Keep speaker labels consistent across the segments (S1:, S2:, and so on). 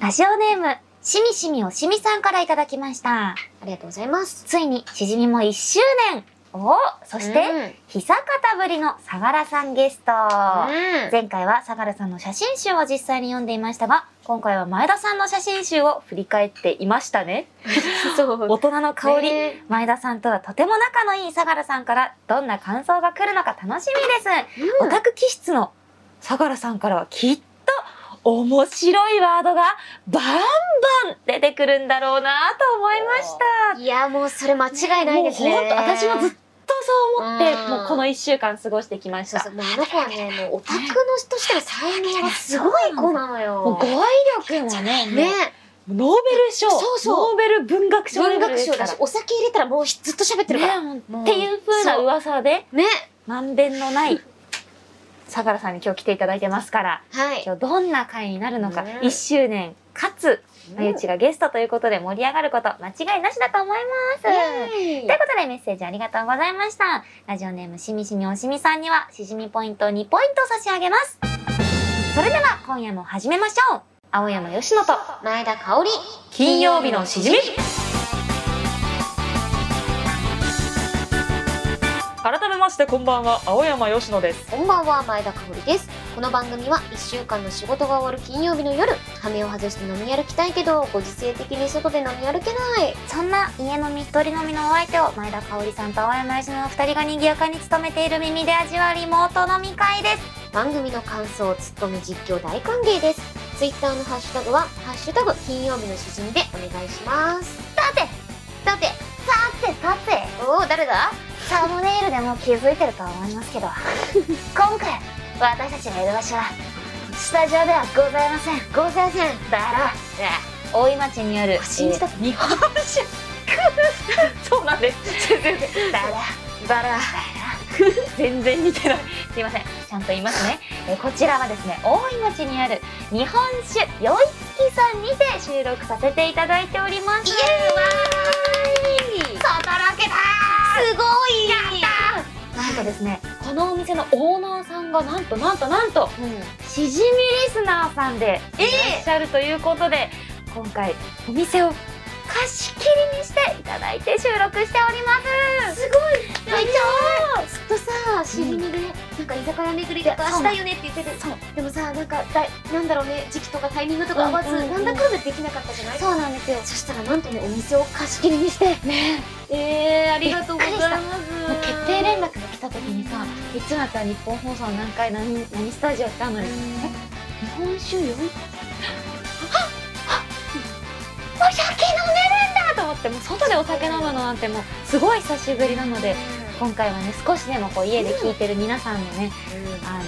S1: ラジオネーム、しみしみおしみさんからいただきました。
S2: ありがとうございます。
S1: ついに、しじみも1周年おおそして、
S2: うん
S1: 久方ぶりの相良さんゲスト、
S2: うん
S1: 前回は相良さんの写真集を実際に読んでいましたが、今回は前田さんの写真集を振り返っていましたね。
S2: そう。
S1: 大人の香り。
S2: ね
S1: 前田さんとはとても仲のいい相良さんからどんな感想が来るのか楽しみです。
S2: う
S1: オ
S2: ん
S1: タク気質の相良さんからはきっと面白いワードがバンバン出てくるんだろうなと思いました。
S2: いや、もうそれ間違いないですね。
S1: もう本当私もずっとそう思って、
S2: うん
S1: もうこの一週間過ごしてきまし
S2: そう
S1: た。
S2: そう、もうあの子はね、もうオタクの人としての才能がすごい子なの
S1: もう
S2: よ
S1: 語。彙力もね、
S2: ね
S1: も、うノーベル賞、
S2: そうそう
S1: ノーベル文学賞レ
S2: 文
S1: ベル
S2: 学
S1: です
S2: 賞
S1: から
S2: だし、お酒入れたらもうずっと喋ってるから。
S1: ね
S2: も
S1: っていう風な
S2: そう
S1: 噂で、
S2: ね。
S1: まんべんのない相良さんに今日来ていただいてますから、
S2: はい。
S1: 今日どんな回になるのか、
S2: ね
S1: 一周年かつまゆちがゲストということで盛り上がること間違いなしだと思います。
S2: イエーイ
S1: ということでメッセージありがとうございました。ラジオネームしみしみおしみさんにはしじみポイント2ポイント差し上げます。それでは今夜も始めましょう。青山よしのと
S2: 前田香織。
S1: 金曜日のしじみ。
S3: 改めましてこんばんは青山佳乃です
S2: こんばんは、前田香織です。この番組は1週間の仕事が終わる金曜日の夜、羽目を外して飲み歩きたいけど、ご時世的に外で飲み歩けない。
S1: そんな家飲み一人飲みのお相手を前田香織さんと青山よしの2人が賑やかに務めている耳で味わうリモート飲み会です。
S2: 番組の感想、ツッコミ、実況大歓迎です。ツイッターのハッシュタグは、ハッシュタグ、金曜日のしじみでお願いします。
S1: さて、
S2: さて、
S1: さてさて。
S2: おお、誰だ
S1: サムネイルでもう気づいてるとは思いますけど 今回私たちがいる場所はスタジオではございません
S2: 合成戦。
S1: だろ大井町にある
S2: 信じた。
S3: 日本 酒そうなんです全然
S1: えーだろ
S2: バラ。
S1: 全然似てないすいませんちゃんと言いますね、えーこちらはですね大井町にある日本酒よいつきさんにて収録させていただいております
S2: イエーイ
S1: 働けた
S2: すごい
S1: なんとですねこのお店のオーナーさんがなんとなんとなんと
S2: うん、
S1: しじみリスナーさんでいらっしゃるということで、今回お店を貸し切りにしていただいて収録しておりますすごい
S2: めっちゃずっとさ、しじみで、なんか居酒屋巡りとかしたいよねって言ってて、
S1: そう
S2: でもさ、なんかだい、なんだろうね、時期とかタイミングとか合わず、
S1: うんうんうん
S2: なんだかんだできなかったじゃない
S1: そうなんですよ
S2: そしたら、なんとね、お店を貸し切りにして、
S1: ね
S2: えー、あ
S1: りがとうございますもう決定連絡が来た時にさ「いつまた日本放送何回何何スタジオ」ってあるのに「日本酒よい」ああお酒飲めるんだと思ってもう外でお酒飲むのなんてもうすごい久しぶりなので今回はね少しでもこう家で聞いてる皆さんのね、あの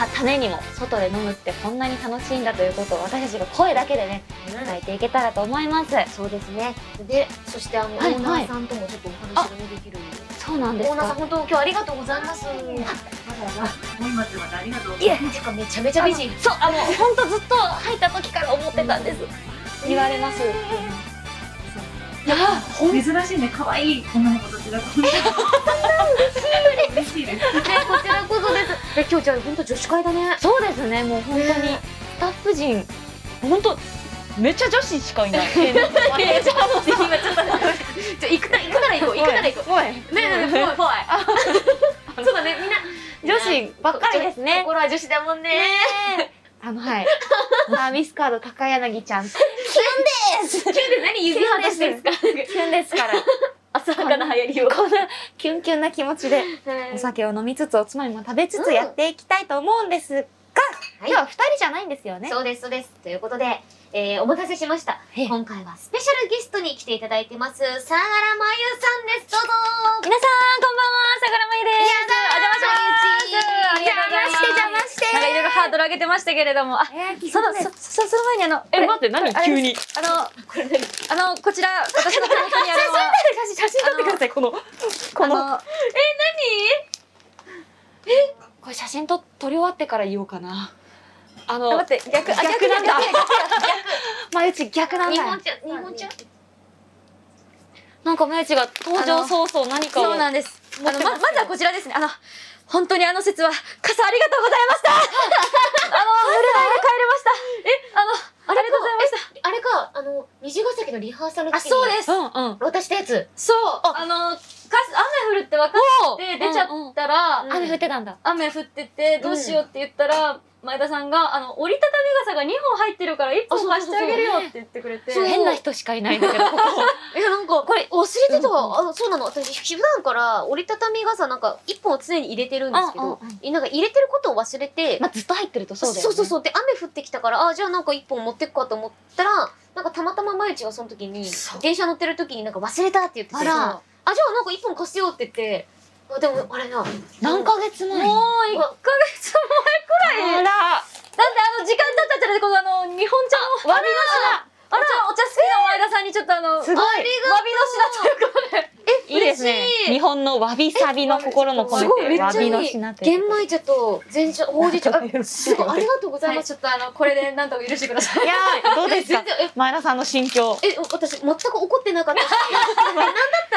S1: なためにも外で飲むってこんなに楽しいんだということを私たちが声だけでね伝えていけたらと思います
S2: そうですね。で、そしてあの、
S1: はい
S2: オーナーさんともちょっとお話がねできるんで。
S1: そうなんで
S2: オ
S1: す
S2: ーナーさん
S1: か
S2: 本当今日ありがとうございます。まだ
S1: いや
S2: な。てかめちゃめちゃ美人。
S1: そうあの本当ずっと入った時から思ってたんです、言われます、いやほん
S4: 珍しいね、可愛い女の子たちがこんな。嬉しいです。
S2: ね、こちらこそです。え、今日じゃあ本当女子会だね。
S1: そうですねもう本当に
S2: ね
S1: スタッフ陣
S3: 本当めっちゃ女子しか いない
S2: じゃあもう今ちょっとじゃあ行くな行くなら行こう行くなら行こ。
S3: 怖いう
S2: ねえねえ怖い怖い。そうだねみんな
S1: 女子ばっかりですね
S2: 心は女子だもんね。
S1: あのはいサービスカード高柳ちゃんキュンです
S2: 今日で何指離してるんですか。
S1: キュンです から
S2: 浅はかな流行りを。
S1: こんなキュンキュンな気持ちでお酒を飲みつつおつまみも食べつ
S2: う
S1: つ
S2: ん
S1: やっていきたいと思うんですが、
S2: はい
S1: 今日は2人じゃないんですよね。
S2: そうですそうですということで、えー、お待たせしました
S1: ええ
S2: 今回はスペシャルゲストに来ていただいてます相良真由さんですどうぞ
S1: 皆さんこんばんは、さがらまゆです。
S2: や
S1: お
S2: だー
S1: 邪魔します。
S2: ありがとうございます
S1: して
S3: なんかいろいろハードル上げてましたけれどもあ
S1: えー、
S3: そ
S1: そ
S3: の
S1: の
S3: そ
S1: そ
S3: そその前にあの
S1: これ
S3: え待って何
S1: これ
S3: 急に
S1: あの
S2: これ何
S3: あ のこちら私の手元にあ の
S1: 写真
S3: 撮ってくださいこの
S1: こ
S3: この
S1: のえ何？えこれ写真と撮り終わってから言おうかな。
S3: あ
S1: あ
S3: の
S1: 待って逆あ逆
S3: 逆なんだ
S1: 逆まゆち逆なん
S2: 日
S1: だ
S2: 本。茶日本茶
S1: なんかまゆちが登場早々何かを
S3: そうなんですあの
S1: 持って
S3: ま
S1: ます
S3: まずはこちらですねあの本当にあの説は傘あり がとうございましたあの無料で帰れましたえあのありがとうございました
S2: の、虹ヶ崎のリハーサルの
S5: あ、
S2: 時に
S5: そうです。
S1: うんうん。
S2: 渡したやつ。
S5: そう。あの、かす雨降るって分かって出ちゃ
S1: うんうん
S5: ったら、
S2: うん
S1: 雨降ってたんだ。
S5: 雨降っててどうしようって言ったら、前田さんがあの折りたたみ傘が2本入ってるから1本貸してあげるよって言ってくれて
S2: そう
S1: 変な人しかいないんだけ ど。
S2: いや、なんか、これ忘れてた
S1: うんう
S2: わ。あの、そうなの。私、普段から折りたたみ傘なんか、一本を常に入れてるんですけど
S1: うんうん、
S2: なんか入れてることを忘れて、
S1: まあ、ずっと入ってるとそうだよね。
S2: そうそうそう。で、雨降ってきたから、あーじゃあなんか一本持ってくかと思ったら、なんかたまたままゆちがその時に
S1: そ、う
S2: 電車乗ってる時になんか忘れたって言ってて、
S1: あ
S2: あ、じゃあ
S1: ら、
S2: なんか一本貸すよって言って、あでも、あれな、
S1: 何ヶ月前
S5: もう
S2: う
S5: 1ヶ
S2: わ
S5: 月前くらいだって
S1: ら、
S5: あの時間経ったじゃないこのあの日本茶のわびの品あらお茶好きな前田さんにちょっとあのわび
S1: す
S5: の
S1: ごい。
S5: 品ということで
S1: いいですね。日本のわびさびの心も込
S2: すごい、め
S1: めて、
S2: っ
S1: わ
S2: ちゃい
S1: び
S2: い。
S1: の品という
S2: 玄米茶と全茶、ほうじ茶。あすごい、ありがとうござい
S5: は
S2: ま
S5: い
S2: す。
S5: ちょっとあのこれでなんとか許してください
S1: いやー、どうです か
S2: 全然え
S1: 前田さんの心境。
S2: え、私、全く怒ってなかったし。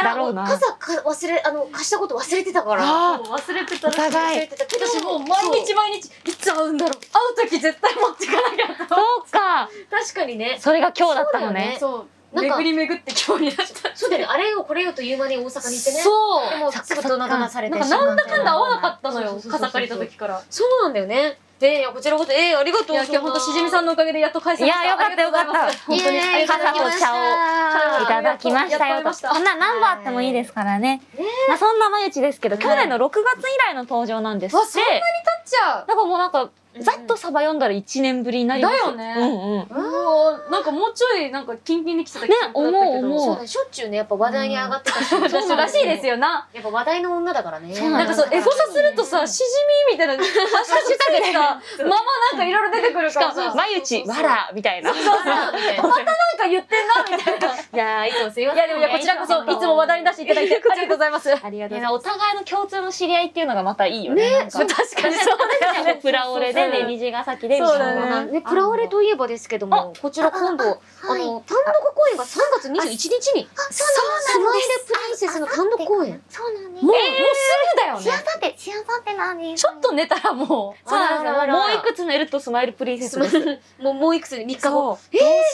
S1: だ
S2: あ
S1: ろう
S2: の
S1: な。
S2: 傘か忘れあの貸したこと忘れてたから
S1: あ
S5: もう忘れてた
S1: お
S5: ら
S1: 互い
S2: 忘れてたけど
S5: 私もう毎日
S2: そう
S5: 毎日いつ会うんだろう会う時絶対持ってかなきゃ
S1: あ、そうか。
S5: 確かにね
S1: それが今日だったのね。
S5: そう
S2: なんか
S5: 巡り巡って今日になった
S2: そうだよねあれよこれよという間に大阪に行ってね
S5: そう
S2: でもすぐとなだなされて
S5: なんかなんだかんだ合わなか
S2: っ
S5: ったの
S2: そう
S5: よ
S2: そうそうそう
S5: 傘借りた時から
S2: そうなんだよねでいやこちらこそえー、ありがと
S5: いうや今日ほんとしじみさん
S2: の
S5: のおかげでやっと返
S1: い
S5: せました
S1: や、よかったよかった。本当に。
S5: ありがとうございます
S1: いただきました
S5: や
S1: よ
S5: っと会えま
S1: と。
S5: した
S1: こんな何本あってもいいですからね。まあそんなまゆちですけど、去年の6月以来の登場なんです
S5: わ
S1: って
S5: そんなに経っちゃう
S1: なんかもうなんか、ざっとサバ読んだら1年ぶりになります
S5: だよね
S1: うんうん。
S5: もうなんかもうちょいなんかキンキンに来てた記憶だったけど
S1: ね思う思
S2: そうだねしょっちゅうねやっぱ話題に上がってたし、
S5: そうそうらしいです
S2: よ
S5: よな
S2: やっぱ話題の女だからね
S1: そう
S5: なんかそうエゴサするとさしじみみたいなハッシュタグした ままなんかいろいろ出てくる
S1: し
S5: から
S1: か
S5: さな
S1: も、
S5: んか
S1: まゆち、わら、みたいな。い
S2: そうみたいな
S5: 言ってんなみたいない
S1: やー、いつもすいま
S5: いやでもいやこちらこそいつも話題に出していただいてありがとうございます。ありが
S1: いやお互いの共通の知り合いっていうのがまたいいよね。なんか
S5: 確 かにそうだよね。
S1: プラオレで
S5: そう
S1: ね、
S5: そう
S1: 虹ヶ崎で、
S5: そうだね
S1: みたいな
S2: ね、プラオレといえばですけども、こちら今度、あ
S4: はい
S2: の、単独公演が3月21日に、スマイルプリンセスの単独公演。
S4: そうなんです
S5: もうもうすぐ
S4: し
S5: だ
S4: あ
S5: よ
S4: さ
S5: ね。
S4: ってしあさってなんです
S5: ちょっと寝たらもう。
S1: そうなんですよ。も
S2: あらあらあら
S1: ういくつのエルとスマイルプリンセスです。
S2: もう、もういくつ ?3 日
S1: そう。
S2: 後。
S1: どう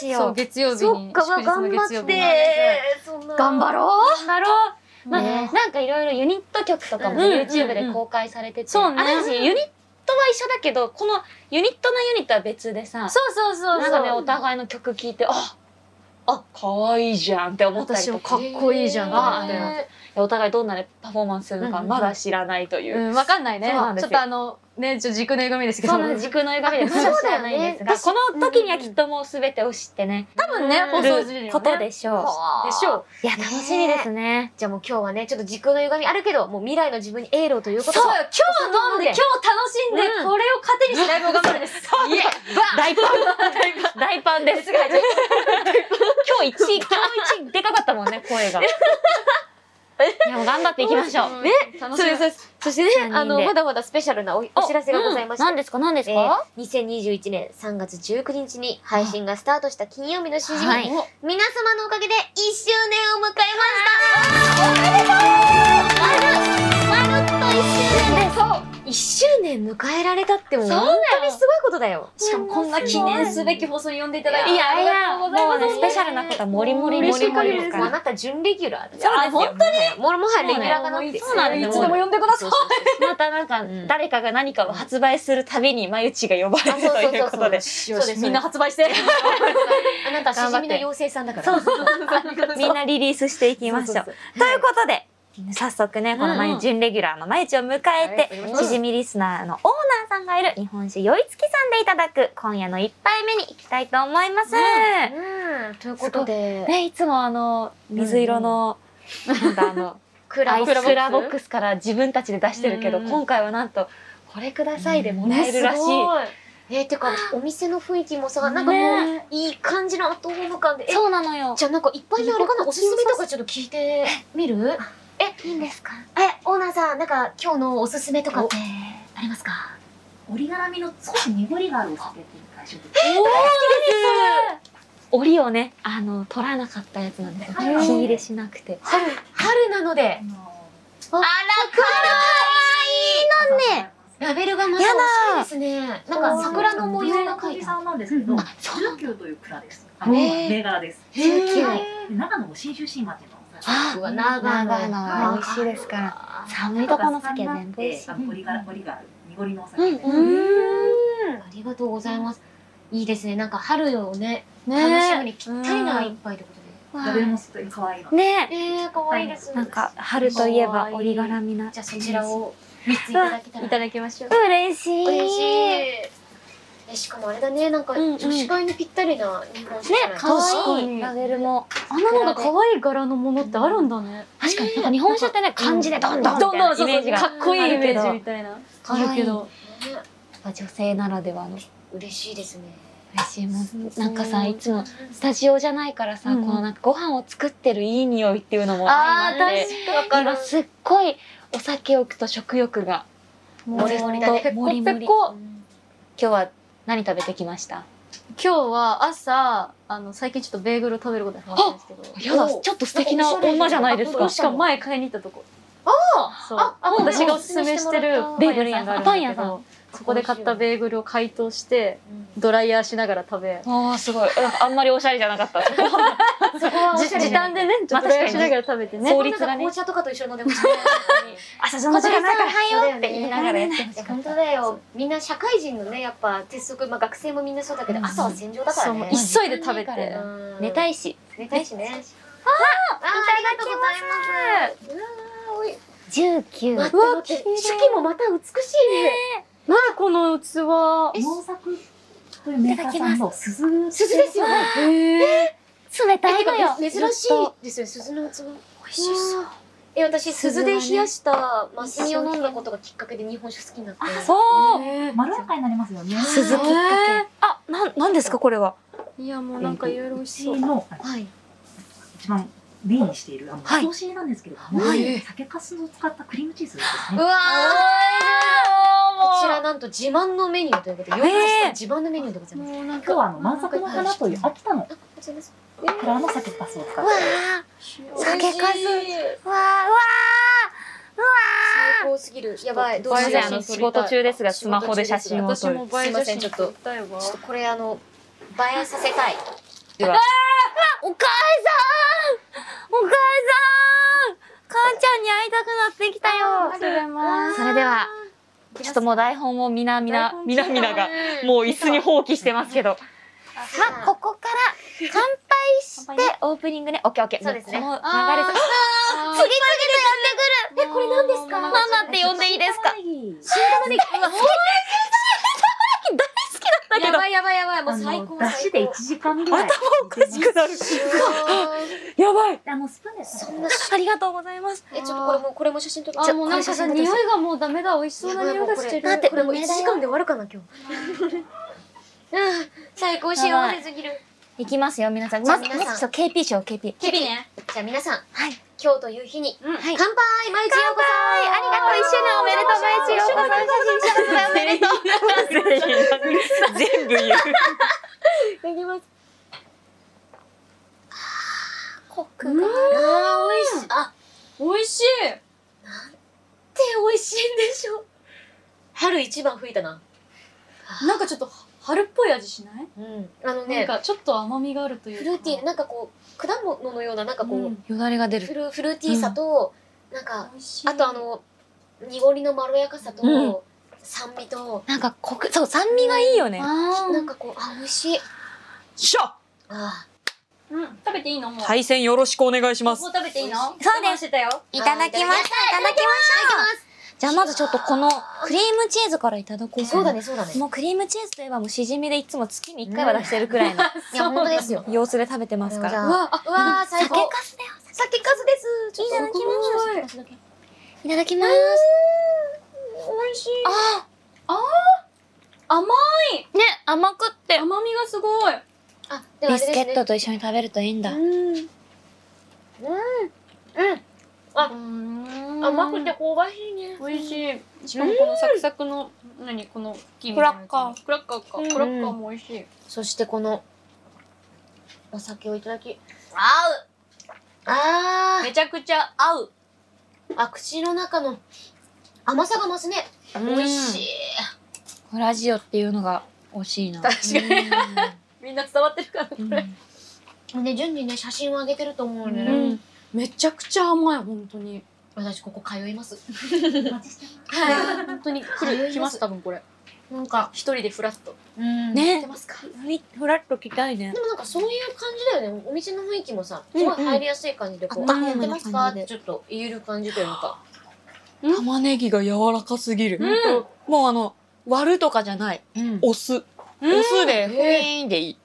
S1: し
S5: そう
S1: よう。
S5: 月曜日
S2: そっ
S5: に。
S2: か、まあ
S5: 祝日の
S2: 頑張
S5: 月曜
S2: っ
S5: 日に
S2: て。そんな
S5: 頑張ろう。
S1: なんだろう。まあ、
S2: ね
S1: なんかいろいろユニット曲とかも
S5: うん
S1: YouTube で公開されてて。
S5: そうね
S1: あ私ユニットは一緒だけど、このユニットのユニットは別でさ、
S5: そうそうそう
S1: なん
S5: そう。
S1: かね、お互いの曲聴いて、ああ、可愛いじゃんって思ったり
S2: 私
S1: と
S2: も
S1: か
S2: かっ。こいいじゃん、
S1: へ
S2: と
S1: ー
S2: 思って。
S1: お互いどんなねパフォーマンスするのか
S2: うんうん
S1: まだ知らないという。
S5: うんわかんない
S1: そ
S5: ね。
S1: うなんです
S5: ちょ
S1: よ
S5: っとあのねちょっと軸の歪みですけど。
S1: そんな時空の歪みでまだ知らないんですが、
S2: そ
S1: この時にはきっともう全てを知ってね、
S5: 多分ね放送時にはね
S1: ことでしょう。
S5: でしょう。
S1: いや、楽しみですね。
S2: じゃあもう今日はね、ちょっと時空の歪みあるけど、もう未来の自分にエールをというこ
S5: そ
S2: と
S5: う
S2: で。
S5: よ。今日飲んで今日楽しんで
S1: うん
S5: これを糧にしてライブを頑張るんです。いえ。
S1: 大パン。大パンです。今日一、今日一、でかかったもんね、声が。いや、もう頑張っていきましょう。
S5: ね。
S2: そ
S5: 楽
S2: う
S5: しみ
S2: で。す。そし
S1: 三
S2: て
S1: 人
S2: ね、
S1: で
S2: あの、まだまだスペシャルなおお知らせがございまして。
S1: 何ですか何です
S2: えー
S1: か、
S2: 2021年3月19日に配信がスタートした金曜日のしじみ、
S1: はい
S2: 皆様のおかげで1周年を迎えましたおめでとうまるまるっと1周年でそう1周年迎えられたってもう
S5: そうだよ
S2: 本当にすごいことだよ
S5: しかもこんな記念すべき放送に呼んでいただいて
S1: いやいや、
S5: あり
S1: も
S5: が
S1: う
S5: とうございます
S1: ね、スペシャルなことはもりもりもりもりですか
S2: もうあ
S1: ら。
S2: なた準レギュラーです
S1: そうですよ
S2: 本当にもうもはやレギュラーかなって
S1: そうなんですよ
S5: いつでも呼んでください。
S1: またなんか、
S2: ん
S1: 誰かが何かを発売するたびに、まゆちが呼ばれるということで。
S2: そうです
S5: みんな発売して。
S2: あなたしじみの妖精さんだからそうそう
S1: みんなリリースしていきましょう。ということで、早速ね、この前、準レギュラーのまゆちを迎えて、
S2: はい
S1: しじみリスナーのオーナーさんがいる日本酒よいつきさんでいただく今夜の一杯目に行きたいと思います。
S2: んということで
S1: ね、いつもあの、水色の、なんだあの、
S2: ク
S1: アイスクラボ
S2: ッ
S1: ックスから自分たちで出してるけど、
S5: うん
S1: 今回はなんと、これくださいでもらえるらしい。
S2: えー、てかお店の雰囲気もさなんかもう、
S1: ね
S2: いい感じのアットホーム感でえ
S1: そうなのよ。
S2: じゃあなんかいっぱいにあれかなおすすめとかちょっと聞いてみる
S4: いいんですか
S2: えオーナーさんなんか今日のおすすめとかってありますか
S4: 折り絡みの少し濁りがあるお酒っていう大丈夫
S1: 檻をね、あの、取らなかったやつなんですよ。
S4: はい
S1: 火入れしなくて。
S2: 春春なので
S4: あの
S2: あらかわいい
S4: ね
S2: えラベルがまた
S1: やだ
S2: おしゃれですね。なんか桜の模様が
S4: 書
S2: 書
S4: い
S2: い
S4: て
S2: た。
S4: なんですけど、
S1: うん
S2: あそうなの
S4: 19という蔵です。あ
S1: へ
S4: の、
S2: ー
S4: 銘柄です。
S2: へー
S4: はいで長野の信州新町の。
S1: あ
S2: うわ長
S1: 長野は美味しいですから
S2: ら。
S1: 寒いとこの酒全部美味しい
S4: あの、折りが、折りがある、濁りのお酒で
S1: う
S4: す。
S1: ん
S2: ありがとうございます。いいですね。なんか春をね、
S1: ね
S2: 楽し
S1: え
S2: むにぴったりな一杯ってこと
S4: ラベルもすごい可愛いので。
S1: ね
S2: で。ええー、可愛いです。
S1: なんか春といえば折り絡みな
S2: じゃあそちらを三ついただけたら。
S5: いただきましょう。
S1: 嬉しい
S2: 嬉しい。えしかもあれだね、なんか
S1: うんうん
S2: 女子会にぴったりな日本酒
S1: ね
S2: じゃない。
S1: 確か
S2: 可愛い
S1: にラベルも
S5: あんななんか可愛い柄のものってあるんだね。
S1: 確かになんか日本酒ってね漢字でどんどんみ
S5: どん
S1: たい
S5: ど
S1: なん
S5: そ
S1: イメ
S5: う
S1: ージ
S5: そう
S1: が
S5: かっこいいイメ
S1: ある
S5: ージ
S1: け
S5: みたいな。
S1: ど
S5: あるけど。
S2: ね
S1: ど女性ならではの
S2: 嬉しいですね。
S1: 嬉しいもんなんかさいつも
S2: うん
S1: スタジオじゃないからさ、
S5: うん
S1: このなんかご飯を作ってるいい匂いっていうのも
S2: あー
S1: 相まって
S2: 確かに
S1: 今すっごいお酒を置くと食欲が
S2: モリモリだね
S1: ずっとモリモリ
S5: ペコ
S1: 今
S2: うん
S1: 日は何食べてきました
S5: 今日は朝あの最近ちょっとベーグルを食べることにハマったんですけど。
S1: やだ
S2: お
S1: ちょっと素敵な女じゃないです
S5: ど
S1: か
S5: うしかも前買いに行ったとこ。あそう。
S2: ああ
S5: 私がおすすめしてる
S1: ベーグル屋
S5: が
S1: さん
S5: あるんだ
S1: パン
S5: け
S1: 屋さ
S5: ど
S1: ん、
S5: そこで買ったベーグルを解凍して
S2: うん
S5: ドライヤーしながら食べ。
S1: あーすごいなんかあんまりおしゃれじゃなかった
S2: そこはお
S5: じ
S2: しゃれ
S5: 時
S2: だね
S5: 短でね、ちょっとドライヤーしながら食べてね。
S1: 効率がね
S2: 紅茶とかと一緒に飲んでほしい。 こ
S1: 朝その時間ないから
S2: はい
S1: はいよって言いながらやってほしかっ
S2: 本当
S1: た
S2: だよ。みんな社会人のね、やっぱ鉄則、まあ学生もみんなそうだけど、
S1: うん
S2: 朝は戦場だか
S5: そ
S2: ら
S5: うもう
S2: ね。
S5: 急いで食べ
S1: そう
S5: て
S1: だ。
S2: うん
S1: 寝たいし
S2: 寝たいしね。あーあー、ありがとうございます。うわーおい
S1: 19
S2: 待って待って、四季もまた美しいね。
S5: なあこの器。
S4: 農作というメーカーさんの鈴。
S2: 鈴ですよね。
S1: 冷たいのよ
S2: えてか珍しいですよね、鈴の器。美味しそう。え、私、鈴で冷やしたマスミを飲んだことがきっかけで日本酒好きになって。
S1: そう
S4: まろやかになりますよね。
S1: 鈴きっかけあなんなんですかこれはい
S5: やもうなんかいろいろ美
S4: う
S5: 味し
S4: ち
S5: そう。
S4: の
S2: はい。
S4: 一番メインにしているあの
S1: はい
S4: お通しなんですけれども、
S1: はい
S4: 酒粕を使ったクリームチーズです
S2: う
S4: ね。
S2: わ
S1: もう
S2: こちらなんと自慢のメニューということで、洋梨さん自慢のメニューでございます。
S5: もうなん
S4: 今日はあの満作の花という秋田の
S2: あ、ございます。
S4: 蔵の酒粕を使っ
S1: わ
S4: て
S1: 酒粕
S2: 最
S1: あわあわ
S2: 高すぎる。やばい、どう
S1: あ
S2: し
S1: すい
S2: よ
S1: ま
S2: う。
S1: せんあの
S2: ち
S1: 仕事中ですがスマホで写真を
S5: 私
S1: 撮る
S5: も映え写真撮りたい
S2: ょ
S5: わ
S2: っとこれあの、映えさせたい。
S1: お母さんお母さん母ちゃんに会いたくなってきたよ
S5: とうございま
S1: それではちょっともう台本をみなみなみなみながもう椅子に放棄してますけどまあここから乾杯してオープニングねオッケーオッケー
S2: そうですね
S1: もこの流れさ
S2: あー
S1: 次々とやってくる
S2: え、これ何ですか
S1: ママって呼んでいいですかうわ大好きだったけ
S2: や
S1: ど
S2: ばいやばいやばい、もう
S4: あ
S2: 最
S4: の
S2: 高。
S4: 出汁で
S2: 最高
S4: 1時間ぐらい
S1: 頭おかしくなるやばい
S4: あのスプーンで食べ
S2: そ
S4: て
S2: んな、
S1: ありがとうございます
S2: え、ちょっとこれも、これも写真撮って。
S5: あもうなんかさ匂い
S2: い
S5: がもうダメだ美味しそうな匂いがしてる。
S1: だって
S2: これもう
S1: 梅
S2: 1
S1: だよ
S2: 時間で終わるかな、今日。うん、最高幸せすぎる。
S1: いきますよ皆さん
S2: じゃあ
S1: まず
S2: 皆さん
S1: そう KP 賞 KP
S2: ケビね。じゃあ皆さん、
S1: はい
S2: 今日という日に、
S5: うん
S1: はい
S2: 乾杯毎日ようこ
S1: ありがとう一周年おめでとう毎日ようこさん写真写真おめでとう
S6: 全部言う。
S2: そいただきます。
S1: コクが
S2: あー、美味しい。あ、
S5: 美味しい。
S2: って美味しいんでしょう。春一番吹いたな。
S5: なんかちょっと春っぽい味しない？
S2: うん。あの
S5: なん
S2: ね、
S5: かちょっと甘みがあるという
S2: フルーティー、なんかこう、果物のような、なんかこう、
S5: うん
S1: よだれが出る
S2: フルフルーティーさと、なんか、
S5: 美味しい。
S2: あとあの、濁りのまろやかさと、
S1: うん
S2: 酸味と、
S1: なんかコクそう酸味がいいよね
S5: あ
S2: な
S5: ー
S2: んかこう、あ、美味しい。
S6: しゃ
S2: あ
S5: うん食べていいのもう。
S6: 対戦よろしくお願いしま
S5: も
S6: す。
S5: う食べていいの？
S2: そう
S1: です
S5: 我慢してたよ。
S1: いただきましたいただきましたじゃあまずちょっとこのクリームチーズからいただこうか
S2: ー
S1: な
S2: そうだね、そうだね。
S1: もうクリームチーズといえばもうしじみでいつも月に1回は出してるくらいの
S2: いや、本当ですよ。
S1: 様子で食べてますか
S2: じ
S1: ら
S2: ゃあ
S5: うわあ
S2: うわー、最
S1: 酒
S2: 高。
S1: かすだよ
S2: 酒かすです。ちょっと。
S1: いただきますいただきます
S2: 美味しい。
S1: あ
S5: 甘
S1: ーね甘くって
S5: い甘みがすごい。
S2: あ、で
S1: ビ
S2: もあれ
S1: ス
S2: です
S1: ケ
S2: ね
S1: ットと一緒に食べるといいんだ
S2: うん。うん。うん。あ甘くて香ばしいね。
S5: 美味しい。しかもこのサクサクの何このク
S1: クラッカ
S5: ー。クラッカーか。クラッカーも美味しい。
S2: そしてこのお酒をいただき、合う。あ
S5: めちゃくちゃ合う。
S2: あ、あ、口の中の甘さが増すね。美味しい。
S1: ラジオっていうのが惜しいな。
S3: 確かに。みんな伝わってるかな、これ。
S2: ね、順次ね、写真を上げてると思うね。
S3: うんめちゃくちゃ甘い、本当に。
S2: 私、ここ通います。
S3: はい。本当に来
S2: 通いま
S3: る、
S2: す
S3: 来ます、多分これ。
S2: なんか、
S3: 一人でフラッと。
S2: うん
S1: ね
S2: 知ってますか
S1: フラッと来たいね
S2: で。もなんかそういう感じだよね。お店の雰囲気もさ、すごい入りやすい感じで、こう、
S1: うんうん
S2: あ、やってますか
S1: あっ
S2: っ
S1: たかい
S2: てちょっと言える感じというか。
S7: 玉ねぎが柔らかすぎる。もうあの、割るとかじゃない。
S2: うん。
S7: お酢。お酢で、ふいーんでいい。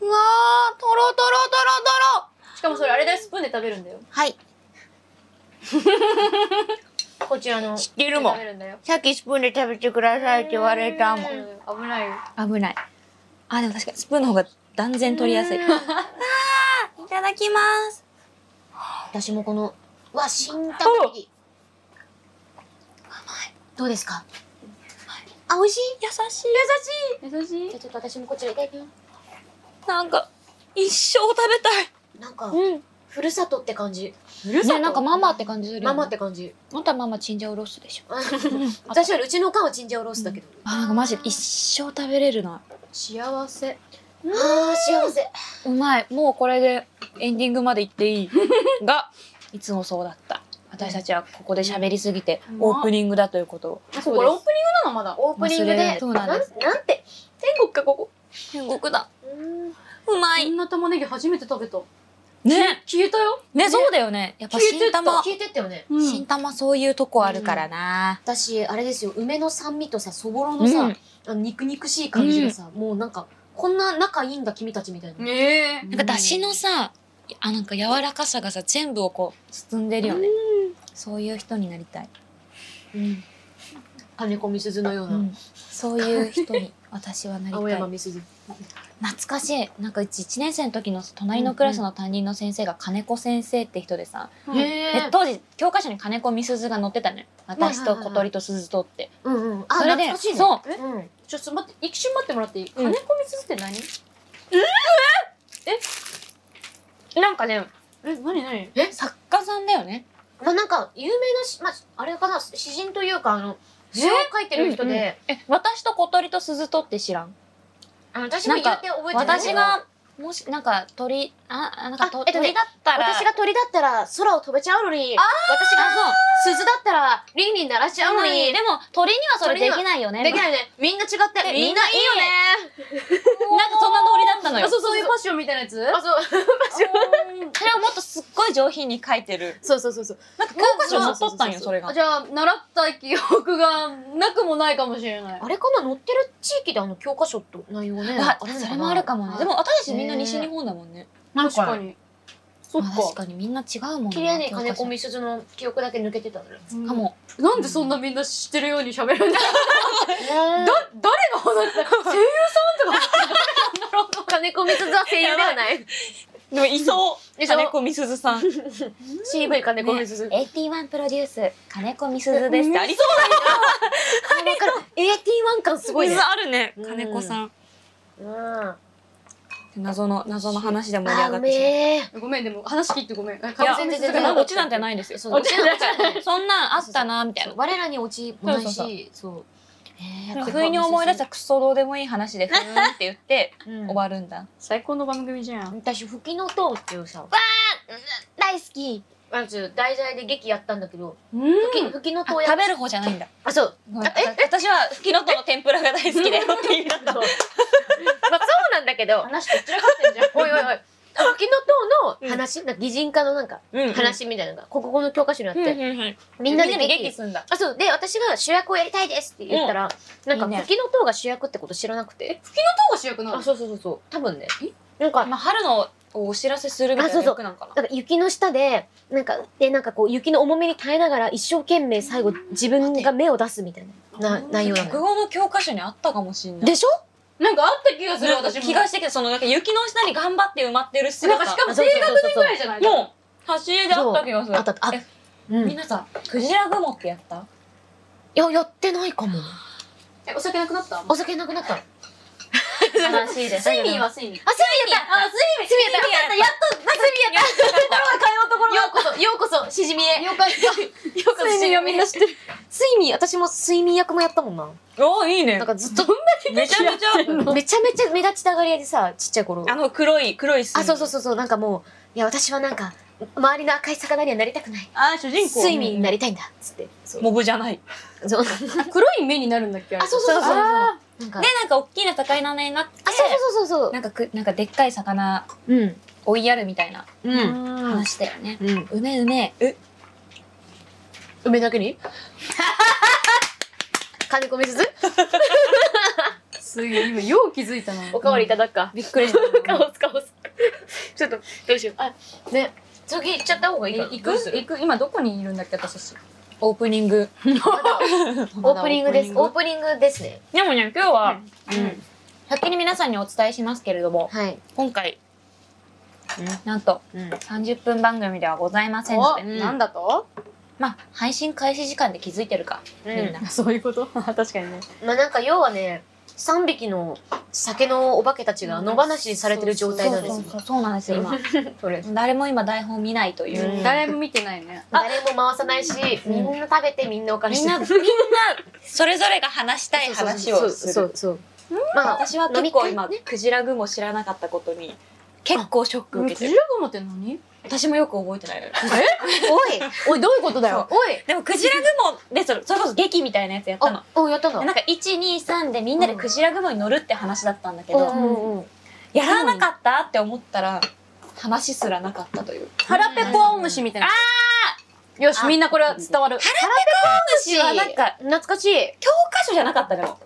S7: うわー、とろとろとろとろ
S3: しかもそれあれだよ、スプーンで食べるんだよ。
S7: はい。
S2: こちらの。
S7: 知ってるも
S3: 食
S7: ん
S3: べ。るんだよ。
S7: さっきスプーンで食べてくださいって言われたもん。
S3: うん危ないよ。
S1: 危ない。あ、でも確かにスプーンの方が断然取りやすい。あーいただきます。
S2: 私もこの、うわ、新玉ねぎ。どうですか
S1: あ、美味しい優しい。優
S3: 優しい
S2: じゃ。あちょっと私もこちらいただきま
S1: しい。なんか、一生食べたい。
S2: す。なんか、
S1: うん。
S2: ふるさとって感じ。
S1: ね、なんかママって感じするよ、ね。
S2: ママって 感じ。
S1: またママチンジャオロースでしょ。
S2: 私はうちのおかんはチンジャオロースだけど。
S1: あ、なんかマジで一生食べれるな。
S3: 幸せ。
S2: ああ、幸せ。
S1: うまい。もうこれでエンディングまで行っていい。が、いつもそうだった。私たちはここで喋りすぎて、
S3: うん
S1: オープニングだということを。
S3: あ、これオープニングなのまだ。
S2: オープニング
S1: 忘れ
S2: で
S1: る。そうなんです
S2: なんて。
S3: 天国か、ここ。
S1: 天国だ。
S2: うん
S1: うま
S3: こ
S1: い。
S3: んな玉ねぎ初めて食べた。
S1: ね。
S3: 消えたよ。
S1: ね、そうだよね。やっぱ新玉。
S2: 消えてったよね。
S3: うん
S1: 新玉そういうとこあるからな。
S2: 私あれですよ梅の酸味とさそぼろのさ、
S1: うん
S2: あの肉肉しい感じがさ、もうなんかこんな仲いいんだ君たちみたいな、
S3: ねえ。
S1: なんかだしのさ、あ、なんか柔らかさがさ、全部をこう、包んでるよね。そういう人になりたい。
S2: うん、金子みすずのような、
S1: うんそういう人に、私はなり
S2: 青
S1: たい
S2: 山。みすず
S1: 懐かしいなんかうち1年生の時の隣のクラスの担任の先生が金子先生って人でさ、
S3: うん
S1: で当時教科書に金子みすずが載ってたのよ私と小鳥と鈴とって、
S2: うんうんあ
S1: それで
S2: 懐かしいね、
S1: そう
S2: うん、
S3: ちょっと待って、一瞬待ってもらっていい
S1: うん
S3: 金子みすずって何
S1: なんかね
S3: え、何何
S1: 作家さんだよね
S2: まあなんか有名なし、まあ、あれかな詩人というかあの詩を書いてる人で、
S1: うんえ私と小鳥と鈴とって知らん
S2: あの私も言うて覚えてない
S1: 私がもしなんか鳥ああなんかと、
S2: あえっとね
S1: 鳥だったら
S2: 私が鳥だったら空を飛べちゃうのに私が
S1: あ
S2: 鈴だったらリンリン鳴らしちゃ
S1: そう
S2: うの
S1: なのに
S2: に
S1: でも鳥にはそれできないよね
S2: できないねみんな違って
S1: で
S2: みんないいよね
S1: なんかそんなノリだったのよ
S3: あ、そう、そういうパッションみたいなやつ
S2: あそう
S1: それをもっとすっごい上品に書いてる
S2: そうそうそうそう。
S1: なんか教科書に載っとったんよそれが
S3: あじゃあ、習った記憶がなくもないかもしれない。
S2: あれかな載ってる地域であの教科書と内容が
S1: あ
S2: ね。るのかな
S1: それもあるかもね。でも私たちみんな西日本だもんね。
S4: なん
S3: 確か
S4: か、
S3: に。そっ
S1: まあ確
S3: か。
S1: かにみんな違うもんね。
S2: 綺麗に金子みすずの記憶だけ抜けてた のよ。
S1: かも。
S3: なんでそんなみんな知ってるように喋るん
S2: ど
S3: だ誰が話して声優
S2: 金子みすずは声優ではない。
S1: でもいそう。
S2: いそう
S1: 金子みすず さん。
S2: CV 金子みすず。わ
S1: 81プロデュース金子みすずですってありそ
S2: かる。81感す
S1: う
S2: ごいね。
S1: あるね
S2: うん
S1: 金子さん。
S2: うん。あ
S1: 謎の謎の話で盛り上が
S2: ー
S1: ってしまう。
S2: めー。
S3: さんごめん、でも話聞いてごめん。完
S1: いや
S3: 全に
S1: 全
S2: 然
S1: 然落ちなんてないんですよ。
S2: そう落ちなんてない
S1: そんなんあったなみたいな。
S2: 我らに落ちもない
S1: そうそう
S2: し、そう。え
S1: なん
S2: ー
S1: か不意に思い出した。クソどうでもいい話でふーんって言って
S2: うん
S1: 終わるんだ。
S3: 最高の番組じゃん。
S2: 私、吹きの塔っていうさ、
S1: 大好き。
S2: あのちょっと題材で劇やったんだけど、
S3: うん。
S2: 吹き吹きの
S1: あ
S2: 塔や
S1: 食べる方じゃないんだ。
S2: あ、そう。
S1: ごめん私はフキノトの天ぷらが大好き だよって言いなが
S2: まあ
S1: ら
S2: そうなんだけど、
S3: 話とっちらかってんじゃん。
S2: おいおいおい。あ沖の塔の話、なんか擬人化のなんか
S1: うん
S2: 話みたいなのが、国語の教科書にあって、み
S1: み
S2: ん
S1: ん
S2: な
S1: な
S2: で
S1: で
S2: 劇
S1: 劇すんだ。
S2: あ、そう。で、私が主役をやりたいですって言ったら、なんか
S1: いいね
S2: 沖の塔が主役ってこと知らなくて。
S3: 塔が主役なの
S2: あ、そうそうそうそう。多分ね。なんか、
S1: まあ、春のお知らせするみたい
S2: あそう
S1: な
S2: そう
S1: 役なんかな。
S2: なんか雪の下で、なんか、で、なんかこう、雪の重みに耐えながら、一生懸命最後、自分が目を出すみたいな、な内容なの
S1: 国語
S2: よ。
S1: の教科書にあったかもしんない。
S2: でしょ
S3: なんかあった気がする、
S1: なんか
S3: 私も。
S1: 気がしてきた、その、なんか雪の下に頑張って埋まってる
S3: なん
S1: 姿。
S3: かしかも
S2: あそう
S3: 低
S2: そうそう
S3: 学年ぐらいじゃない
S1: もう、走りであった気がする。
S2: あったあったあ
S1: え
S2: う
S1: み
S2: ん。
S1: ん
S2: い
S1: なさ、クジラ雲ってやった
S2: や、やってないかも。
S3: えお酒なくなった
S2: お酒なくなった。
S1: 悲しいです。
S3: 睡眠は睡眠。
S2: あ、すみやったあ、すみやったやったやっと、すみやったところは変えようところようこそ、ようこそ、しじみへ。ようこそ、ようこそ、しじみをみんな知ってる。睡眠、私も睡眠役もやったもんな。
S8: おーいいね
S2: なんかずっと、
S8: めちゃめちゃ
S2: めちゃめちゃ目立ちたがり屋でさ、ちっちゃい頃。
S8: あの黒い黒い水
S2: あ、そうそうそうそう、なんかもう、いや、私はなんか、周りの赤い魚にはなりたくない。
S8: あー主人公
S2: 睡眠になりたいんだ。つって。そう。
S8: モブじゃない
S2: そう
S5: 黒い目になるんだっけあ
S2: あ、そうそうそうそう。
S1: あ
S2: なんか、
S1: で、なんか大きな高い名前になって、
S2: あ、そうそうそうそうそ
S1: なんかく、なんかでっかい魚
S2: う。うん。
S1: 追いやるみたいな
S8: う
S2: うんん。
S1: 話だよね。
S2: うん。
S1: うめうめ。
S2: 梅だけに金子みすず
S5: すげえ今よう気づいたな
S2: おかわりいただくか。
S1: びっくりした。
S2: 顔す顔す。ちょっと、どうしよう。あ、ね。次行っちゃった方がいいかな
S5: 行く行く今どこにいるんだっけ私
S1: オープニング。
S2: オープニングです。オープニングですね。
S1: でもね、今日は、うん。先に皆さんにお伝えしますけれども、
S2: はい。
S1: 今回、なんと、
S2: うん。
S1: 30分番組ではございませんの
S5: お
S1: で、
S2: ん
S5: なんだと
S1: まあ、配信開始時間で気づいてるか、みんな。
S5: そういうこと 確かにね
S2: まあなんか要はね、3匹の酒のお化けたちが野放しにされてる状態なんです
S1: そう
S2: よ。
S1: そうそうなんですよ、今。
S2: それ。
S1: 誰も今台本見ないという。
S2: うん
S5: 誰も見てないね
S2: 誰も回さないし、みんな食べてみんなお金
S1: み
S2: し
S1: ん
S2: て
S1: な、みんな、それぞれが話したい話をする。
S2: そうそうそう。まあ、
S1: 私は結構今、クジラグも知らなかったことに、結構ショック受けて
S5: クジ
S1: る。
S5: ラ雲って何
S1: 私もよく覚えてないのよ。
S2: おい
S5: おいどういうことだよおい
S1: でも、クジラグも、で、それそれこそ劇みたいなやつやったの
S2: あ。、お、やった
S1: で
S2: の
S1: なんか、1、2、3でみんなでクジラグもに乗るって話だったんだけど、
S2: うんうん
S1: やらなかったって思ったら、話すらなかったという。
S5: 腹ペコアオムシみたいなあよしみんなこれは伝わる
S1: 私はなんか、
S2: 懐かしい。
S1: 教科書じゃなかったでも。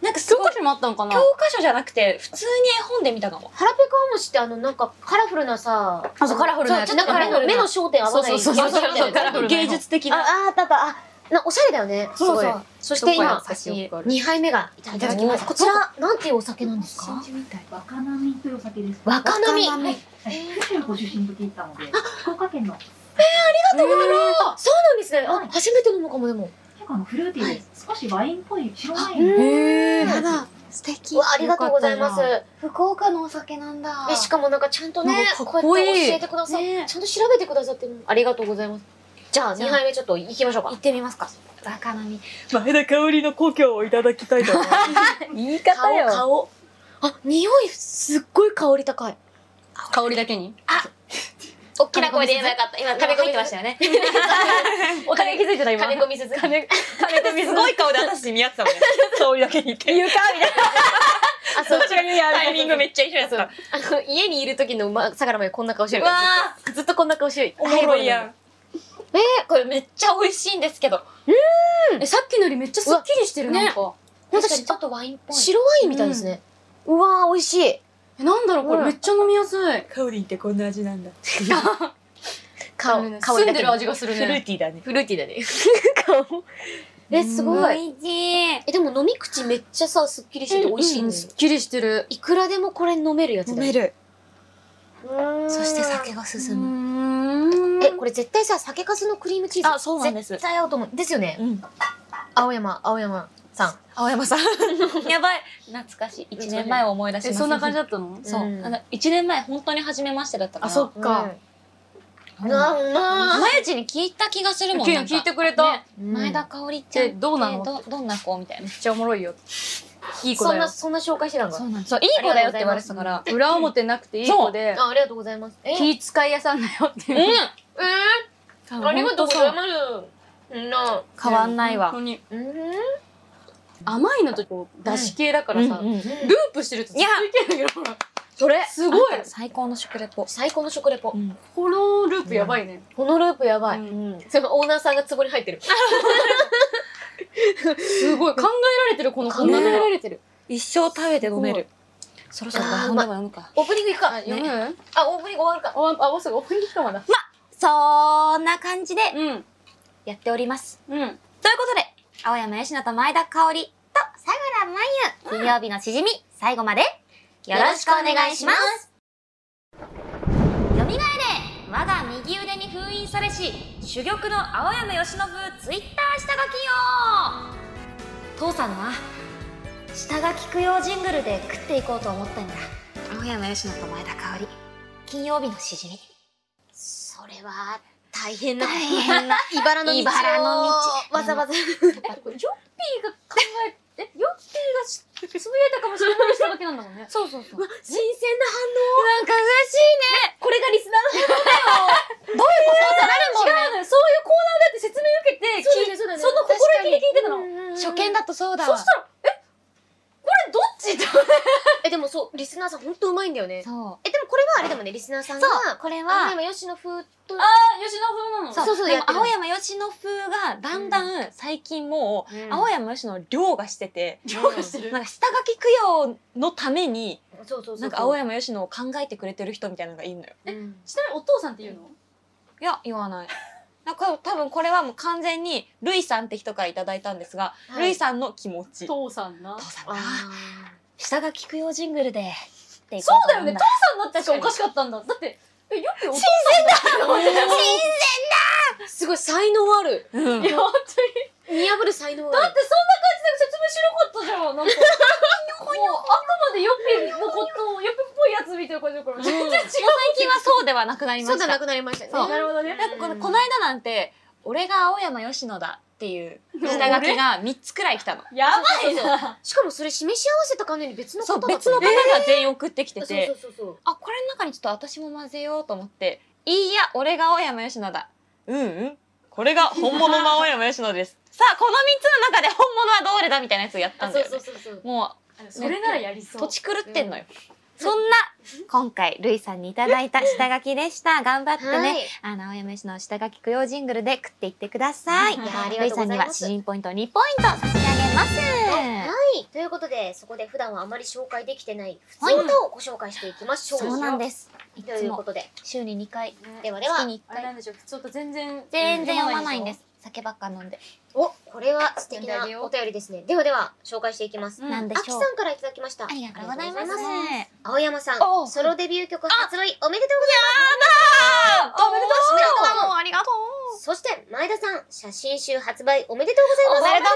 S1: なんかす
S5: 教
S1: ごい
S5: 科、書にもあったのかな
S1: 教科書じゃなくて、普通に絵本で見たかも。
S2: 腹ペコアムシってあの、なんかカラフルなさ、
S5: あそうカラフルなやつ
S2: そうちょっと目の目の焦点合わない。
S5: そうカラフルな絵本
S1: 的
S2: あ、ああったあった。あ、なおしゃれだよね。すごい。そして今、2杯目がいただきます。こちら、なんていうお酒なんですか
S4: 若波というお酒です。
S2: 若波。
S4: はい。九州ご出身と聞いたので、福岡県の結
S2: あそうなんですね。あ、初めて飲むかもでも。
S4: 構あのフルーティーです。少しワインっぽい白ワイン。
S5: へえ
S2: やだ
S1: 素敵
S2: うわありがとうございます。
S1: 福岡のお酒なんだ
S2: えしかもなんかちゃんとね
S5: なんかかっ
S2: こ
S5: こ
S2: う
S5: いい
S2: やって教えてくださっ
S1: ね
S2: ちゃんと調べてくださってるのありがとうございます。じゃあ
S1: じゃ
S2: 二
S1: あ
S2: 杯目ちょっと行きましょうか
S1: 行。ってみますか。若波。
S8: 前田香織の故郷をいただきたいと思います
S5: 言い方
S2: 顔
S5: よ
S2: 顔。あ匂いすっごい香り高い。
S5: 香りだけに
S2: 大
S1: 大きな声で言えばよかった。今、金子見てましたよね。
S5: お互い気づいてた今
S2: 金子みすず。金
S8: すごい顔で私見合ってたもんね香織だけにって
S5: 言うかみたいな
S2: あそう。
S8: ちらにタイミングめっちゃ一緒やった
S2: あの家にいる時のま相良までこんな顔してる
S1: うわ
S2: から。ずっとずっとこんな顔してる。
S8: おもろいやん
S1: ーこれめっちゃ美味しいんですけど。
S5: えさっきのよりめっちゃすっきりしてる
S1: うわ
S5: なんか
S2: なん
S1: 確か
S2: か
S1: に
S2: し
S1: ちょっとワインっぽい。
S2: 白ワインみたいですね。うわー美味しい。
S5: えなんだろうこ
S2: う
S5: れ
S2: ん
S5: めっちゃ飲みやすい
S8: 香織ってこんな味なんだ
S2: 顔顔
S5: 澄んでる味がする
S8: フルー
S5: ね
S8: ティーだね
S2: フルーティーだね。顔。えすごい。
S1: 美味しい。
S2: えでも飲み口めっちゃさすっきりしてて美味しいんですよ
S5: すっきりしてる
S2: いくらでもこれ飲めるやつだよ
S8: る
S1: そ
S2: そ
S1: し
S2: してて
S1: 酒
S2: 酒
S1: が進む。
S5: む
S2: えこれ絶対さ酒粕のクリームチーズ
S8: あそうなんです
S2: 絶対合うと思うですよね
S8: うん
S2: 青山青山さん
S8: 青山さん
S1: やばい。懐かしい。1年前を思い出しま
S5: え
S1: す。
S5: そんな感じだったの
S1: そう。
S2: うん
S1: あの1年前、本当に初めましてだったから。
S5: っか
S2: うんあうま
S1: 前うちに聞いた気がするもん
S5: きゅん
S1: なんか
S5: 聞いてくれため
S1: ね
S5: っ
S2: ーうん
S1: 前田香織ちゃんって
S5: えどうなの
S1: どどんな子みたいな
S5: ちゃおもろいよいい
S2: そ
S5: 子だ
S2: ん
S5: よ
S2: なそんな紹介してたん
S1: そ
S2: か
S1: うなんそういい子だよって言われてたから
S5: 裏表なくていい子で
S2: あありがとうございますえ
S5: 気使い屋さんだよっていう
S2: うんありがとうございますな
S1: 変わんないわ
S5: 本当に
S2: うん
S5: 甘いのとこう出汁系だからさループしてるとずっといけるんだけどほら
S2: それ
S5: すごい
S1: 最高の食レポ
S2: 最高の食レポ
S8: うん
S5: このループやばいね
S2: このループやばい
S5: うん
S2: そのオーナーさんが壺に入ってる
S5: すごい考えられてるこの
S2: 考え
S5: 女の
S2: ら
S5: 子
S2: れてる
S1: 一生食べて飲めるそろそろ台本でも読むか
S2: オープニングいくか
S5: あ読む
S2: あオープニング終わるか
S5: ああもうすぐオープニングかもだ
S1: そんな感じで
S5: うん
S1: やっております
S5: うん
S1: ということで青山佳乃と前田香織と相良真由金曜日のしじみ最後までよろしくお願いしますよみがえれ我が右腕に封印されし珠玉の青山由伸ツイッター下書きよ父さんな
S2: 下が聞くようジングルで食っていこうと思ったんだ
S1: 青山佳乃と前田香織金曜日のしじみ
S2: それは大変な。
S1: 大変な。
S2: 茨の道を。
S1: 茨の道
S2: わざわざ。
S5: ヨッピーが考えて、ヨッピーがしつぶやいたかもしれない人だけなんだもんね。
S1: そうそうそう。
S2: 新鮮な
S5: なんか嬉しいね。これがリスナーの反応だよ。どういうこと違うのよ。そういうコーナーだって説明受けて、聞い
S2: そうだねそうだね
S5: その心意気で聞いてたの。
S1: 初見だとそうだ
S5: そ
S1: わ。
S5: したら、えこれどっちって思って
S2: え、でもそう、リスナーさんほんとうまいんだよね。
S1: そ
S2: え、でもこれはあれでもね、リスナーさん
S1: う。
S2: が、
S1: そう、これ
S2: あ
S1: は、
S2: の今吉野風と、
S5: あー、吉野風なの。
S2: そうそう
S1: で
S2: やっ
S1: も
S2: てる
S1: 青山吉野風がだんだん最近もう、青山吉野の凌駕してて、
S5: 評価してる。
S1: なんか下書き供養のために、
S2: そうそうそう。
S1: なんか青山吉野を考えてくれてる人みたいなのがいるのよ。
S2: うん。
S5: ちなみにお父さんって言うの
S1: いや、言わない。なんか多分これはもう完全にルイさんって人からいただいたんですが、
S2: はい
S1: ルイさんの気持ち。父
S5: 父さんな。
S1: さんが
S2: あ
S1: 下書き供養ジングルで。そう
S5: そうだよね。父さんになってしかおかしかったんだ。だって、え、ヨッピーお父さんだよ。
S2: ーすごい、才能ある。
S1: うん
S5: いや、本当に。
S2: 見破る才能
S5: だ
S2: あ
S5: っ
S2: る。
S5: てそんな感じで説明しなかったじゃん。なんかもうあくまでヨッピーのことをヨッピーっぽいやつみたいな感じだから全然違う。
S1: 最近はそうではなくなりま
S2: そう
S1: し
S2: だ、
S1: た。
S2: なくなりましたね。
S1: そう
S5: なるほどね。
S1: なんかこのこの間なんて「俺が青山佳乃だ」っていう下書きが3つくらい来たの。
S5: やばいな。
S2: しかもそれ示し合わせたかのように別の
S1: そ
S2: 方
S1: う
S2: だ
S1: 別の方が全員送ってきてて、
S2: そうそうそうそう。
S1: あこれの中にちょっと私も混ぜようと思って「いいや俺が青山佳乃だ」うんうんこれが本物の青山佳乃 ですさあこの3つの中で本物はどれだみたいなやつをやったんだよ、ね、
S2: そうそう。
S1: も
S5: それならやりそうう。
S1: 土地狂ってんのよ、そんな今回ルイさんにいただいた下書きでした頑張ってね、
S2: はい。
S1: あの青山氏の下書き供養ジングルで食っていってください。
S2: いやあり
S1: ル
S2: が
S1: イ
S2: とう
S1: さ
S2: ご
S1: ん
S2: ざ
S1: に
S2: い
S1: は
S2: ま
S1: 詩
S2: す。
S1: 人ポイントを2ポイント差し上げます。
S2: はい。ということで、そこで普段はあまり紹介できてない普通歌をご紹介していきましょう。
S1: そうなんです。い
S2: と
S1: つ
S2: いう
S1: も
S2: ことで、
S1: 週に2回、
S2: ではで
S1: 月
S2: は、
S1: に1
S5: あれな
S1: 回。
S5: んでしょう。普通と全然
S1: 全然読まないんです。。酒ばっか飲んで。
S2: お、これは素敵
S5: 読んで
S2: な
S5: あげよう
S2: お便りですね。ではでは、紹介していきます。
S5: うん
S1: なん
S2: あ
S1: で
S2: き
S1: し
S2: さ
S1: ょう。
S2: んからいただきました。
S1: ありがとうございま
S2: あり
S1: す。
S2: がとうござい
S1: あ
S2: ます青山さ
S1: お
S2: ん、ソロデビュー曲初恋おめでとうござい
S1: おめでと
S2: ます。おめでとう
S1: うありがとう
S2: そして前田さん、写真集発売おめでとうござ
S1: おめ
S2: います。
S1: でと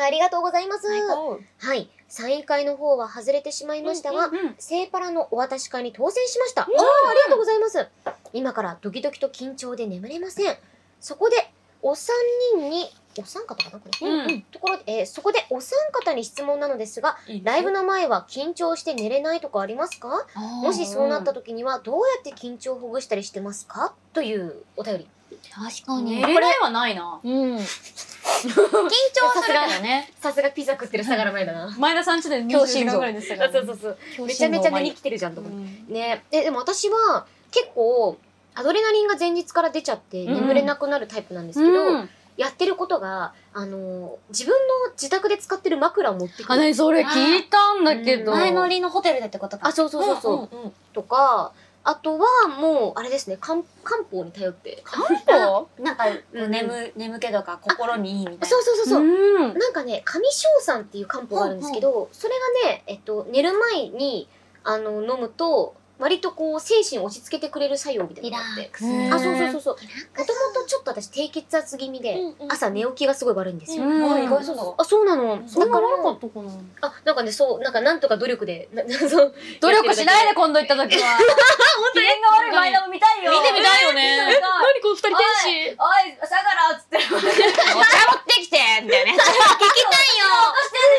S1: う
S2: ありがとうございます。
S1: 最高
S2: はい、サイン会の方は外れてしまいましたが、
S5: うん。
S2: 聖パラのお渡し会に当選しました。あーありがとうございます。今からドキドキと緊張で眠れません。そこで、お三人に、お三方かなこれ。
S5: うん
S2: うんところで、えーそこでお三方に質問なのですが、ライブの前は緊張して寝れないとかありますかもしそうなった時にはどうやって緊張をほぐしたりしてますかというお便り。
S1: 確かに。
S5: 寝れないはないな。
S1: うん。緊張するよね。
S2: さすがピザ食ってる相良前だな。
S5: 前田さんちで
S1: 強
S5: 20時
S1: 心
S5: 間
S1: 臓
S5: ぐらいでしたからね。
S2: そうそうそう。めちゃめちゃ寝に来てるじゃんと思ってねえでも私は結構アドレナリンが前日から出ちゃって
S1: うん
S2: 眠れなくなるタイプなんですけど、やってることがあの自分の自宅で使ってる枕を持ってく
S5: あ
S2: る
S5: ねそれ聞いたんだけど。
S2: うん
S1: 前乗りのホテルでってことか。
S2: あそうそうそうそう、とかあとはもうあれですね漢漢方に頼って
S1: そうなんか、
S2: うん
S1: 眠、眠気とか心にいいみたいな。
S2: そうそうそうそう、
S5: うん。
S2: なんかね上昇さんっていう漢方があるんですけど、それがね、えっと、寝る前にあの飲むと割とこう精神を落ち着けてくれる作用みたいなのがあって
S1: クス
S2: あそうそうそうそうもともとちょっと私低血圧気味で、朝寝起きがすごい悪いんですよ。
S5: うん
S1: あ意外そうだわ
S2: あ、そうなの。
S5: そ
S2: だ
S5: ん
S2: か
S5: な
S2: ら、
S5: 悪かったかな。
S2: あ、なんかね、そう、なんかなんとか努力で、な なそう
S5: 努力しないで今度行った時は。機嫌が悪い前田も見たいよ。
S9: 見てみたいよ
S5: 見て
S9: ね
S5: み。たい
S9: 何この二人天使。
S5: おい、相良っつって。落 ち
S1: お茶持ってきてみたいなやつ。
S5: てる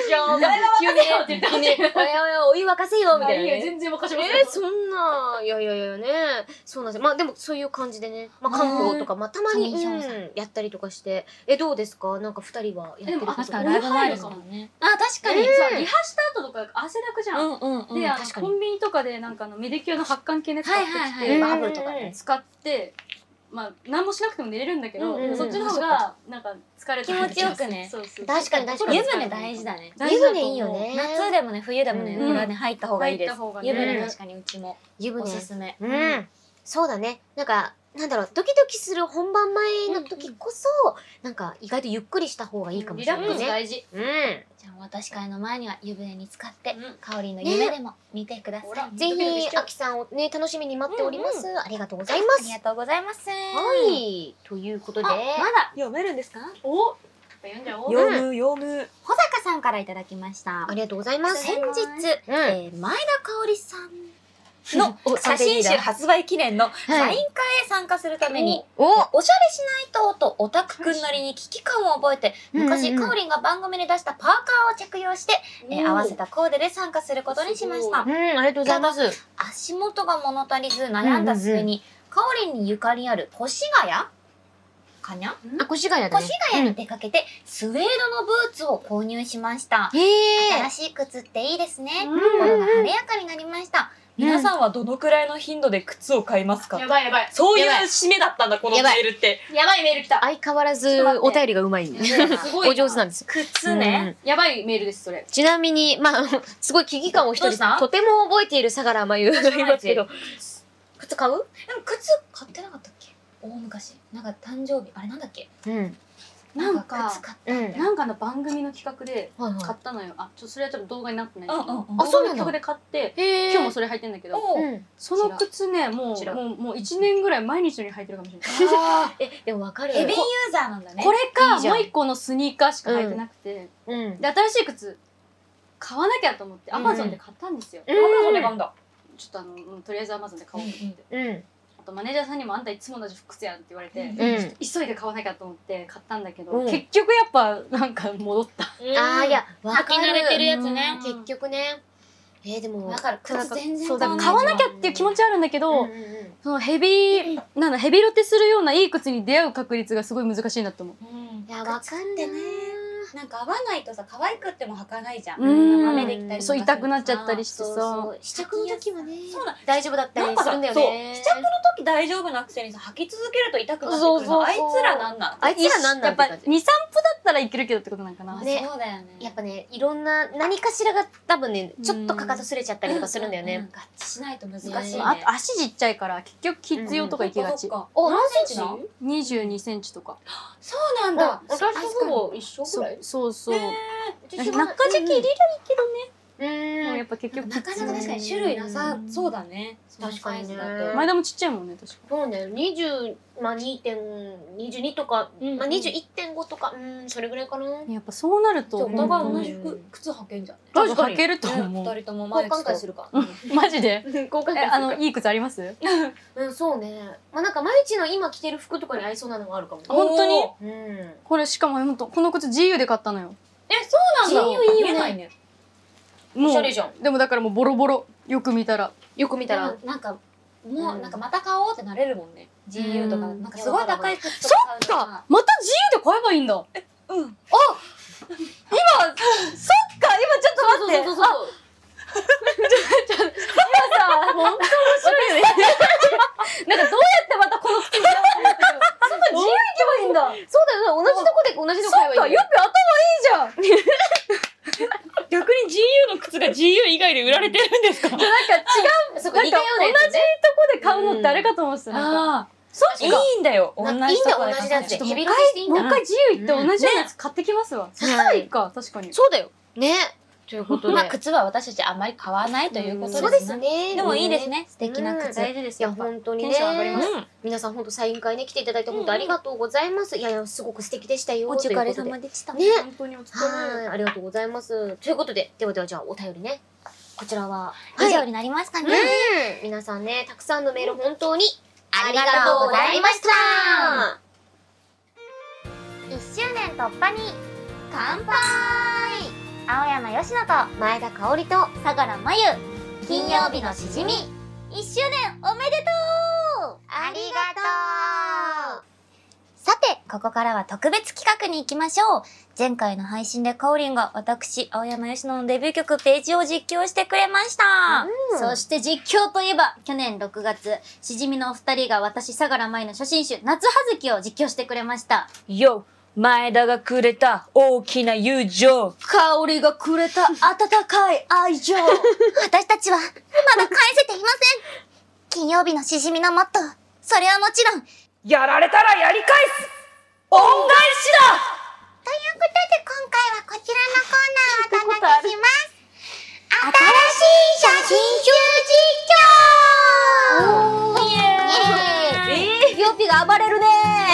S5: でしょ。誰が急によって言った
S2: ね、 おやおや、お湯沸かせよ、みたいな、
S5: いいよ、
S2: ね。
S5: 全然任せ
S2: え
S5: ます
S2: ー、そんな、いやいやいやね、そうなんですよ。まあでもそういう感じでね、まあ漢方とか、まあたまに、
S1: 上昇
S2: う
S1: さ
S2: ん、やったりとかして、え、どうですかなんか二人はやってること
S5: でもあ確か
S1: あ
S5: に
S1: ライブ前ですもんね。あ、確か
S5: え
S1: に。
S5: ーさリハした後とか汗だくじゃん。
S1: うんうんうん。
S5: で、あの
S2: 確かに
S5: コンビニとかでなんかあのメディキュアの発汗系のやつ買って
S1: はい
S5: き
S1: はい
S5: て、
S1: は
S2: バブ
S5: バ
S2: ルとかね。
S5: 使って、まあ何もしなくても寝れるんだけど、
S2: うんうん
S5: そっちの方がなんか疲れたりと
S1: 気
S5: か
S1: 持ちよくね
S5: そうそう
S2: 確かに確かに
S1: 湯船大事だね。
S5: 大
S2: 湯
S5: 事だと
S2: 船
S5: 思う
S2: いいよね。
S1: 夏でもね、冬でもね、
S2: うん
S1: これはね、入った方がいいで
S5: 入っ
S1: す
S5: た方が。ね
S1: 湯船確かにうちも
S2: 湯船
S1: お。すすめ。
S2: うん、そうだね。なんか、なんだろう、ドキドキする本番前の時こそ、なんか意外とゆっくりした方がいいかもし
S5: リ
S2: れ
S5: ラ
S2: な
S5: ック
S2: い
S5: ス
S2: ね。
S5: 大事。
S2: う
S1: じゃあ、お渡し会の前には湯船に浸かって
S5: うん、
S1: 香りの夢でも見てくださ
S5: ほら
S1: い。
S2: ん。
S1: ぜ
S2: ぜ
S1: ひ、
S2: ひ、あきさんをね、楽しみに待っております。ありがとうございま
S1: あ
S2: す。
S1: りがとうございます。
S2: は
S1: はい。
S2: い。ということで、
S1: ま
S2: は
S1: だ読めるんですか
S5: おやっぱ読んじゃおう。
S2: よ
S1: 読む、読む。穂高さんからいただきました
S2: あ。りがとうございます。
S1: 先日、
S2: うん。
S1: えー前田香織さんの写真集発売記念のサイン会へ参加するために、
S4: お
S1: おしゃれしないととオタクくんなりに危機感を覚えて、昔、
S4: うんうん
S1: かおりんが番組で出したパーカーを着用して、えー合わせたコーデで参加することにしました
S4: う。ん、ありがとうございます。
S1: 足元が物足りず悩んだ末に、かおりんにゆかりある越谷かにゃ
S4: あ、越谷だ
S1: 越
S4: ね。
S1: 谷に出かけて、スウェードのブーツを購入しました。
S4: へえ
S1: 新。しい靴っていいですね。
S5: うん
S1: 心が晴れやかになりました。
S4: うん
S1: 皆さんはどのくらいの頻度で靴を買いますか
S5: やばいやばい。
S1: そういう
S4: やばい
S1: 締めだったんだ、このメ
S4: やばい
S1: ールって。
S5: やばいメール来た。
S4: 相変わらずお便りがうまいね。
S5: すごい。
S4: お上手なんですよ。
S1: 靴ね。
S5: やばいメールです、それ。
S4: ちなみに、まあ、 すごい危機感を一
S1: どうし
S4: 人
S1: た
S4: とても覚えている相良真由がいますけど、
S1: 靴買うでも靴買ってなかったっけ大昔。なんか誕生日、あれなんだっけ
S4: うん、
S5: なん
S1: なんか
S5: か
S1: 靴、買っ
S4: うん、
S5: なんかの番組の企画で
S4: はい
S5: 買
S4: は
S5: ったのよ。あ、ちょ、それはちょっと動画になってない
S1: た。
S5: けど。
S4: あそうなんだ
S5: 動画の企画で買って、
S4: い。へ
S5: 今日もそれ履いてんだけど、
S1: おう
S4: うん、
S5: その靴ね、も
S1: こち
S5: う、
S1: ら
S5: もう、もう一年ぐらい毎日のように履いてるかもしれない。
S4: え、でもわかる。
S1: ヘビーユーザーなんだね。
S5: これ
S4: いい
S5: か、
S4: じゃん
S5: もう一個のスニーカーしか履いてなくて、
S4: うん、
S5: で、新しい靴、買わなきゃと思って、アマゾンで買ったんですよ。
S1: Amazon で買うんだ。
S5: ちょっとあの、うんとりあえずアマゾンで買おうと思って。
S4: うん、
S5: あとマネージャーさんにもあんたいつも同じ服やんって言われて、
S4: うん。
S5: 急いで買わなきゃと思って買ったんだけど、
S4: うん
S5: 結局やっぱなんか戻った。
S2: ああ、いや、わ
S1: 履
S2: か
S1: き
S2: る。
S1: 慣れてるやつね。
S5: うん
S2: 結局ね。えー、でも、
S1: わかる。靴全然
S4: そうだ
S1: ん
S4: ね
S1: ない
S5: 買わなきゃっていう気持ちはあるんだけど、
S2: うんうんうん
S5: そのヘビー、なんだ、ヘビロテするようないい靴に出会う確率がすごい難しいなと思う。
S1: うん
S2: いや、わかんでね。
S1: なんか合わないとさ、可愛くっても履かないじゃん。
S5: うん
S1: 斜めできたりとかするとさ
S5: そう、痛くなっちゃったりして
S2: そう
S5: さ
S2: そ。う。試着の時はね、
S1: そうなの
S2: 大丈夫だったりするんだ
S1: なんかさ
S2: よね。
S1: そう試着時大丈夫なくせにさ、履き続けると痛くなってくるの。
S5: そうそうそう
S1: あいつらなんなん
S4: あいつらなんなん
S5: や
S4: っ
S5: ってぱ
S4: 感
S5: 2、
S4: じ。
S5: 3歩だったらいけるけどってことなんかな。
S2: ね
S1: そうだよね。
S2: やっぱね、いろんな、何かしらが多分ね、ちょっとかかとすれちゃったりとかするんだよ
S1: う
S2: ね
S1: ん。。合致しないと難しいね。
S2: ね
S5: あと足ちっちゃいから結局キッズ用とか行きがち。
S1: お、何センチなの
S5: 22センチとか。
S1: そうなんだ。私とほぼ一緒ぐ
S5: そ
S1: ら
S5: う
S1: い。
S5: そうそう。
S1: 中
S5: 中敷き入れるけどね。
S4: う
S5: もうんやっぱ結局
S1: なかなか確かに種類なさそうだね。
S2: 確かにね
S1: そのサイズだと
S5: 前田もちっちゃいもんね確か
S2: そうね、20、まあ2.22とか、
S1: うん
S2: まあ21.5とか、うん、それぐらいかな。
S5: にやっぱそうなると
S1: じゃあお互い同じ
S2: う
S1: く
S2: ん
S1: 靴履けんじゃんね。
S5: ちょっと履けると思
S1: 二
S5: う
S1: 人とも前
S2: 交
S1: 靴
S2: 換会するか。
S5: マジで
S2: 交換
S5: えあのいい靴あります
S2: うん、そうね。まあなんか、毎日の今着てる服とかに合いそうなのがあるかも。
S5: 本当に
S1: おー
S2: うん。
S5: これしかも本当この靴 GU で買ったのよ
S1: え、そうなんだ。
S2: 自由いいよね
S1: 見えないね。
S5: も
S1: じゃん。
S5: うでもだからもうボロボロよく見たら
S2: よく見
S1: た
S2: た
S1: ら
S2: ら。
S1: なんかもうなんかまた買おうってなれるもんね。GU とか
S5: うん
S1: なんかすごい高い靴とか買うのが
S5: また GU で買えばいいんだうんあ今そっか今ちょっと待って
S2: そうそうそう。
S5: あ本当面白いよねなんかどうやってまたこの靴に出会ったんだけど GU 行けばいいんだ
S2: そうだよ、同じとこで同じとこ買えばいいよ。
S5: 頭いいじゃん
S10: 逆に GU の靴が GU 以外で売られてるんですか
S5: なんか違う
S2: そっ
S5: な
S2: か
S5: ん
S2: 似
S5: か
S2: たよ
S5: 同
S2: うなや
S5: じとこで買うのってあれかと思ってた。なんか
S1: ああ、そういいんだよ。同
S2: つね。
S1: じ
S2: いいんだ
S1: と
S2: よ、
S1: こで
S2: 同じやつ
S1: ちょ
S2: で。
S1: っと
S2: ヘビロテしていいん
S5: もう
S2: だよ。
S5: 一回自由行って同じようなやつ買ってきますわ。
S4: うん
S5: 高いか、確かに。
S4: そうだよ。ね。ということで。
S1: まあ靴は私たちあまり買わないということです
S2: そうです。ね。
S1: でもいいです。ね。素
S2: 敵な靴
S1: 大事です
S2: いや、
S1: よ。
S2: 本当にね。
S1: テンション上がります
S2: うん皆さん、本当サイン会ね、来ていただいて、本
S1: うんうん
S2: 当ありがとうございます。いやいや、すごく素敵でしたよ。ということで
S1: でした
S2: ね。
S5: 本当にお疲
S2: はい、ありがとうございます。ということで、ではではじゃあお便りね。こちらは、
S1: 以
S2: 以上
S1: 上になりますかね。
S2: うん、皆さんね、たくさんのメール本当にありがとうございました。
S1: 1周年突破に乾杯青山佳乃と
S2: 前田香織と
S1: 相良真由金曜日のしじみ1周年おめでとう
S2: ありがとう
S1: さて、ここからは特別企画に行きましょう。前回の配信でかおりんが私、青山佳乃のデビュー曲ページを実況してくれました。そして実況といえば、去年6月、しじみのお二人が私、相良舞の写真集、夏葉月を実況してくれました。
S10: よ前田がくれた大きな友情
S1: 香りがくれた温かい 愛情私たちはまだ返せていません金曜日のしじみのモットーそれはもちろんというこ
S10: やられたらやり返す恩返し
S1: とで今回はこちらのコーナーをお届けします新しい写真集実況イエーイ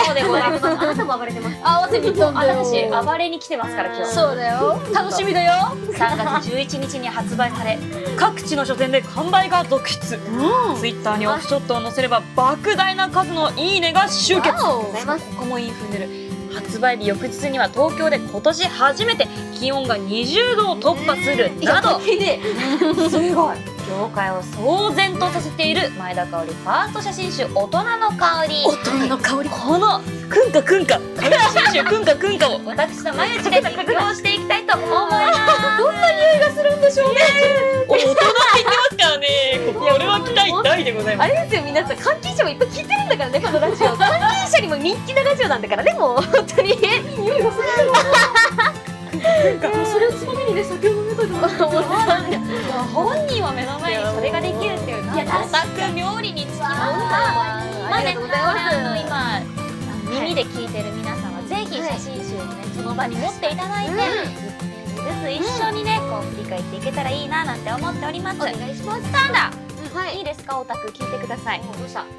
S2: そうでございます。さんも暴れてます。
S1: あ、私ビット、
S11: だよ
S1: 私暴れに来てますから今日。
S11: そうだよ
S1: 楽しみだよ。3月11日に発売され、各地の書店で完売が続出。ツイッターにオフショットを載せれば莫大な数のいいねが集結。
S2: ございます。
S1: ここもインフレる。発売日翌日には東京で今年初めて気温が20度を突破するなど すごい業界を騒然とさせている前田香織ファースト写真集「大人の香り」
S11: 大人の香り
S1: このくんかくんか紙写真集くんかくんかを 私と眉内で実況していきたいと思います どんな匂いがするんでしょうね
S11: お大人って言ってますからねこれは期待大でございます
S5: あれですよ皆さん関係者もいっぱい聞いてるんだからねこのラジ オ関係者にも人気なラジオなんだからねもう本当に匂いがするだろうそれをつまみにね酒を飲めたりとか思ってたんで
S1: 本人は目の前にそれができるっていうのはオタク冥利につきましたまあね、あの今耳で聞いてる皆さんはぜひ写真集をねその場に持っていただいて、ずつ一緒にねこう振り返っていけたらいいななんて思っております。お願いします。ただ、い、いですかオタク聞いてください。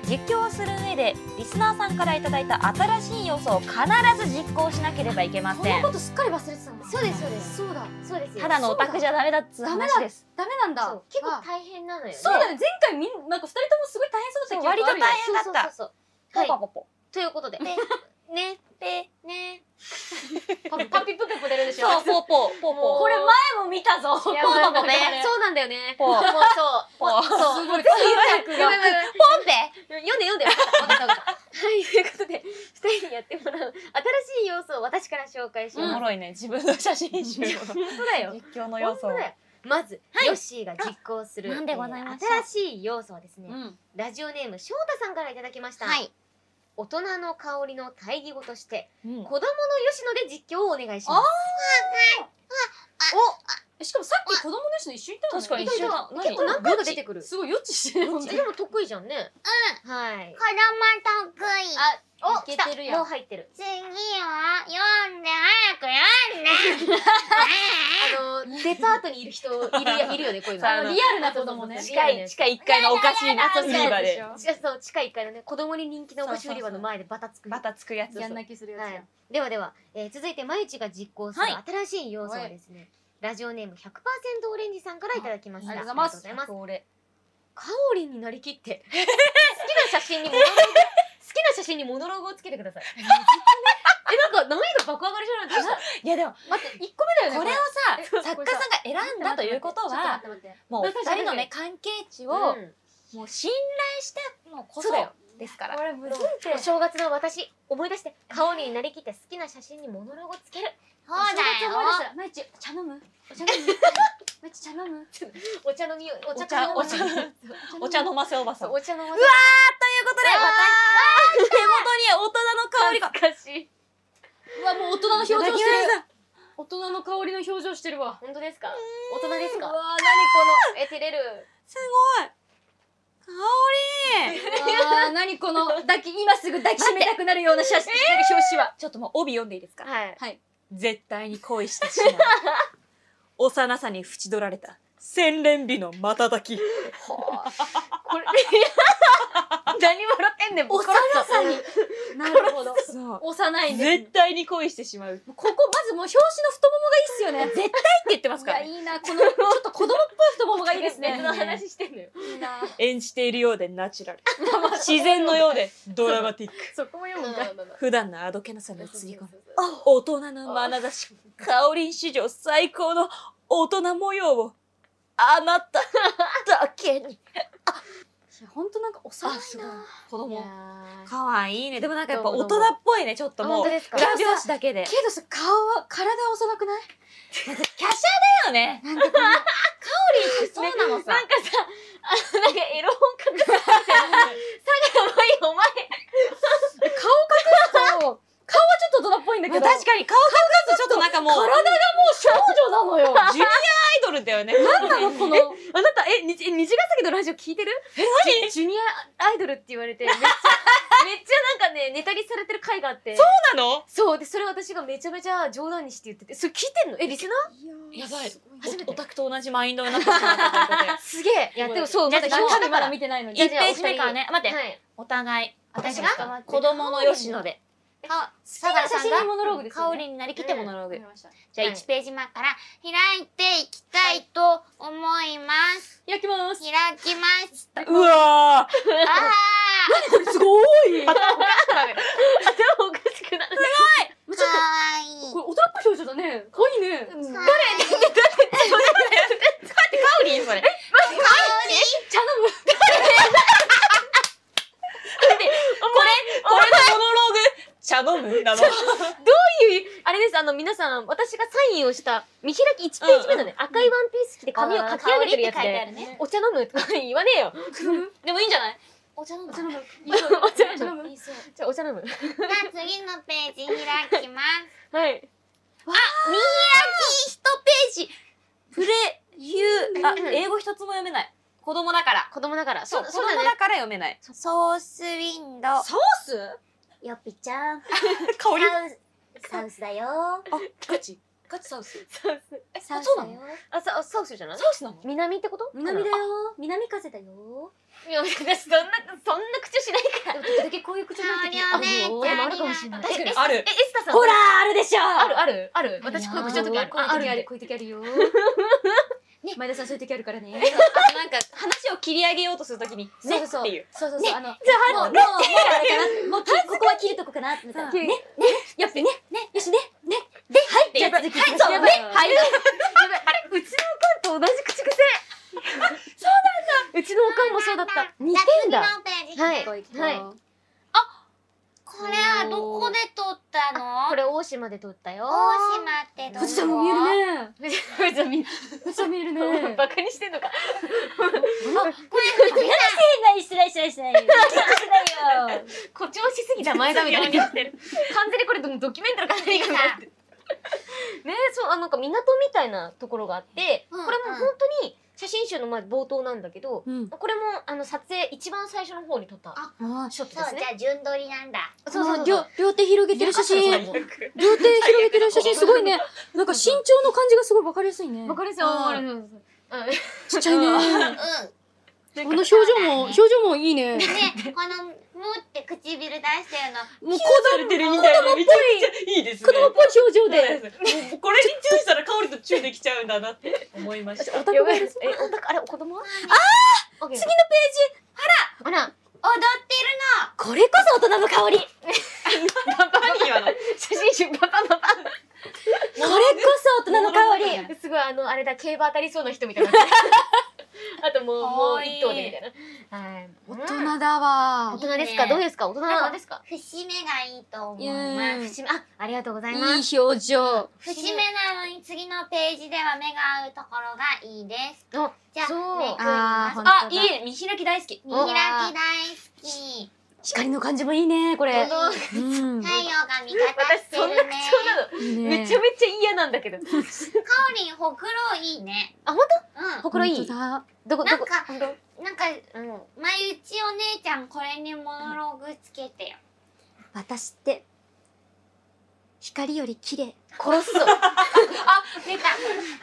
S1: 実況をする上でリスナーさんからいただいた新しい要素を必ず実行しなければいけま
S5: こ
S1: せ
S5: の
S1: ん。
S5: ことすっかり忘れてたんだ
S2: そうですそうです。
S5: そうだ
S2: そうですよ。
S1: ただのオタクじゃダメだっつう話です。
S5: ダメなん
S2: そ
S5: だ
S2: う結構
S5: あ
S2: 大変なのよね。
S5: そうだね前回みんなんか二人ともすごい大変そうだった記憶あるよ
S1: 割と大変だった
S2: そうそうそうそう。
S1: ポ
S2: はい
S1: ポ。ポポ。
S2: ということで。ね、ね、ぺ、ね。
S5: パピパピプペポ出るでしょ
S1: そう、ポーポー、ポーポー。
S5: これ前も見たぞ
S2: いや
S5: こうだ
S2: もうね
S5: ね
S2: そうなんだよね。
S1: ポー
S2: もうそう。そう。
S5: すごい通訳
S2: やば
S5: が
S2: い
S1: ポンペ
S2: やばいやばい読んで読んで。わかったわかったわかったはい、ということで、二人にやってもらう新しい要素を私から紹介
S1: お
S2: し
S1: も
S2: ま
S1: ろ
S2: す。
S1: いね、自分の写真集の
S2: 本当だよ。
S1: 実況の要素を。
S2: 本当だよ。まず、ヨッシーが実行する、
S12: なんでございましょう
S2: えー新しい要素はですね、 ラジオネーム翔太さんからいただきました。
S12: はい。
S2: 大人の香りの対義語として、
S1: うん
S2: 子供の吉野で実況をお願いします。
S5: えしかもさっき子供の人一緒にいたのね
S1: 確かに一緒だ。
S2: 結構何回か出てくる。
S5: すごい予知してる
S2: えでも得意じゃんね。うん。はい。
S12: 子供得意。
S2: お、来
S5: い
S2: た
S5: けてるやん
S2: もう入ってる。
S12: 次は、読んで、早く読んで。
S2: あの、デパートにいる人、いる や、いるよね、こういうの。
S1: さああの
S5: リアルな子供 ね
S1: 近い、近い一階のお菓子売
S2: そうそう
S1: り場で。
S2: 近そう近い1階のね子供に人気のお菓子売り場の前でバタつく
S1: またつくやつ。
S5: やんなきするや
S2: は
S5: つや
S2: い、ではでは、えー続いてまゆちが実行する
S1: は
S2: 新しい要素はですね、ラジオネーム100%オレンジさんからいただきました
S5: ありがとうござ
S2: あ
S5: います
S2: りがとうござい
S1: これ。
S2: ますかおりんになりきって 好きな写真にモ ノログ好きな写真にモノログをつけてく ださいえなんか難易度爆上がりじゃないですか
S1: いやでも、
S5: 待って一個目
S1: こ
S5: だ
S1: れ
S5: よ
S1: を
S5: ねえ
S1: さ、作家さんが選んだということは、
S5: ちょっと待って待って
S1: もう二人のね、関係値を、
S2: うん
S1: もう信頼してのこそ
S2: そうだよ
S1: ですから。
S5: これむずい
S2: お正月の私思い出してかおりんになりきって好きな写真にモノログをつける
S12: そうだよ。
S5: マイチ茶飲むお茶飲むマイチ茶飲む
S2: お茶の匂いお
S1: お
S2: 茶
S1: 茶、お茶、
S5: む
S1: お茶飲ませおばさん。
S2: そう
S1: というこ
S2: お茶のうわ
S1: とで、私、手元に大人の香りが。
S2: 懐かしいう
S5: わもう大人の表情してる
S1: いただきまし
S5: 大人の香りの表情してるわ
S2: 本当ですか大人です
S5: うわ
S2: か
S5: 何
S2: え照れる
S1: すごい香り
S5: このうわ何この 抱き今すぐ抱きしめたくなるような写真なんか表紙は
S1: ちょっともう帯読んでいいですか
S2: はい
S1: 絶対に恋して しまう幼さに縁取られた洗練美の瞬き
S2: これ 何笑ってんねん
S5: 幼さ になるほど
S1: そう
S5: 幼いね
S1: 絶対に恋してしまうって
S5: ここまずもう表紙の太ももがいいっすよね絶
S1: 言ってますから、
S5: 対いやいいなこのちょっと子供っぽい太ももがいいですね
S2: 別の話してんのよ
S5: いいな
S1: 演じているようでナチュラル自然のようでドラマティック
S2: そこも読むんだ
S1: 普段のあどけなさに映り込む大人の眼差し香りん史上最高の大人模様をあなただけに
S5: 本当なんか幼いな
S1: 子
S2: いや
S1: 供かわいいねでもなんかやっぱ大
S2: どう
S1: 人
S2: もどう
S1: っ
S2: も
S1: ぽいねちょっと
S2: ー
S1: もう
S2: 本当ですか
S1: 裏表紙だけで
S5: けどさ顔は体幼くない
S1: 華奢だよね
S2: そうなのさなんかさあなんかエロ本格さがもいお前
S5: 顔描くと顔はちょっと大人っぽいんだけ
S1: 確
S5: ど
S1: かに顔隠すとちょっとなんかもう
S5: 体がもう少女なのよ
S1: ジュニアアイドルだよね。
S5: なんなのこの
S2: あなたえに虹ヶ崎のラジオ聞いてるえ何ジュニアアイドルって言われて めっちゃめっちゃなんかねネタにされてる回があってそう
S1: うなの？
S2: そうでそれ私がめちゃめちゃ冗談にして言っててそれ聞いてんのえリスナー
S1: やばい。
S2: 初め
S1: オ
S2: て
S1: タクと同じマインドになってしまったというこ
S2: すげえいやでもそうまだ
S5: 表紙まだ
S2: 見
S5: 見てないのに
S1: とで。一ページ目からね。待って。
S2: はい
S1: お互い。
S2: 私
S1: 私
S2: が
S1: が子供の吉野で。
S3: か、
S1: 好きな写真がモノローグですよ
S3: 香
S1: ね。
S3: りになりきってモノローグ。
S4: わかりました
S3: じゃあ
S2: はい
S3: 1ページ目から開いていきたいと思います。
S1: 開きます。
S3: 開きました。
S5: うわ ー
S3: あー
S5: すごい
S1: 頭おかしくなる。頭おかしくなる。
S3: かわいい。
S1: これ大人っぽい表情だね。可愛いね。カ
S3: 誰
S1: ウリーそれ。頼む。これ、これ
S5: モノローグ茶飲むなの
S4: あれです、あの、皆さん、私がサインをした、見開き1ページ目のね、赤いワンピース着て髪をかき上げてるやつ
S3: 香りっ
S4: で、
S3: て書いてあるね。
S4: お茶飲むとか言わねえよ。
S1: でもいいんじゃない
S3: お茶飲む。
S4: お茶飲む。じゃあ、お茶飲む。
S3: じゃあ次のページ開きます。
S4: はい。
S1: 一ページ。プレ、ユー、あ、英語一つも読めない。子供だから。
S4: 子供だから。
S1: そう、子
S4: そうだ
S1: 供
S4: ね。
S1: だから読めない。
S3: ソースウィンドウ。
S4: ソース
S2: よっぴちゃん。
S5: 香り
S2: サウス、サウスだよ。
S1: ガチガチサウス。
S4: ソース。
S1: え、
S2: サウス
S1: そう
S2: だ
S1: なの
S2: よ。
S4: あ、そう、ソースじゃない
S1: サウスなの
S2: 南ってこと
S4: 南だ
S2: よ。南風だよ。
S4: いや、私、そんな、そんな口しないから。
S2: でも時々こういう口の
S3: 香り
S2: 時
S3: お姉ち
S1: あで
S3: ゃん
S1: もあ
S3: あ
S1: る
S3: り
S1: かも
S3: が
S1: しれない
S3: とう。
S4: 確かに。
S5: ある
S4: え、エスタさん。
S1: ほら、あるでしょ
S4: あるあるある。私、
S1: あ
S4: こ
S1: る
S4: うい
S1: よ
S4: う口の時ある。
S2: こういう時ある
S4: こういう時あるよ。
S2: ね
S4: 前田さん、そういう時あるからね。
S1: あとなんか話を切り上げようとするときに、ね
S2: そうそうそう
S1: っていう。
S2: そうそうそう、あの、もう、もう、もう、あ
S1: ね
S2: れかな。もう、きここは切るとこかな、みたいな。ね、ね、よっぴ、ね、ね、よし、ね、ね、で、はい、じゃあ続き。はい、そう、ね、はい。
S4: うちのおかんと同じ 口癖。そうなんだ。うちのおかんもそうだった。似てんだ。
S3: じゃあ次のページ。
S2: はい。
S3: これはどこで撮ったの
S2: これ大島で撮ったよ。
S3: 大島ってどこ
S4: 富士山も見えるね。富士山見える。富士山見えるね。
S1: バカにしてんのか。
S2: ない、してない、してない、してない。
S4: 誇張しすぎた前田みたいな。完全にこれドキュメンタルか何かなって。
S2: ね、そう、あの、なんか港みたいなところがあって、
S3: うん
S2: これも本当に写真集の前冒頭なんだけど、
S5: うん
S2: これもあの撮影一番最初の方に撮った
S3: あ
S2: ショット
S3: そう
S2: です、ね
S3: じ。ゃあ順撮りなんだ。
S2: そうそう
S5: 両両手広げてる写真両手広げてる写真すごいねなんか身長の感じがすごいわかりやすいね
S4: わかりますよ。
S5: ちっちゃいね
S3: うん。
S5: この表情も表情もいい ねもう
S3: で、この、むって唇出してるの。
S5: 子供っぽ
S1: て
S5: い
S1: るみたいなめちゃくちゃいいですね。
S5: 表情で
S1: もうこれにチューしたら香りとチューできちゃうんだなって思いました。
S2: お宅がえ、お宅、あれ、お子供はああ次のページあらあら
S3: 踊ってるの
S2: これこそ大人の香りこ
S1: 今の
S4: 写真集パパパパ。
S2: れこそ大人の香りすごい、あの、あれだ、競馬当たりそうな人みたいな。
S4: あともう、もう一頭でみたいな。
S2: はい。
S5: 大人だわ
S2: 大人ですか
S3: いいね
S2: どうですか大人ですか
S3: 節目がいいと思う。
S5: うん
S2: 節目あ、ありがとうございます。
S5: いい表情
S3: 節目なのに次のページでは目が合うところがいいです。じゃ
S2: お
S3: あ、めくりま
S5: あー
S3: す
S5: ほん。と
S1: あ
S5: だ、
S1: いいね。見開き大好き。
S3: 見開き大好き。
S5: 光の感じもいいねこれうん
S3: 太陽が味方して
S4: そんな口
S3: るね。
S4: 調なの。
S5: いいね
S4: めちゃめちゃ嫌なんだけど。
S3: かおりん、ほくろいいね。
S2: あ本
S3: うん。
S2: ほくろい
S5: 本
S2: い
S5: 当だ
S2: どこ、
S3: な
S2: ど
S3: ん
S2: こ
S3: か
S2: 本当
S3: なんか、
S2: うん。
S3: 前うちお姉ちゃんこれにモノローグつけてよ。
S5: 私って光より綺麗
S2: 殺 すぞ。
S3: 出た。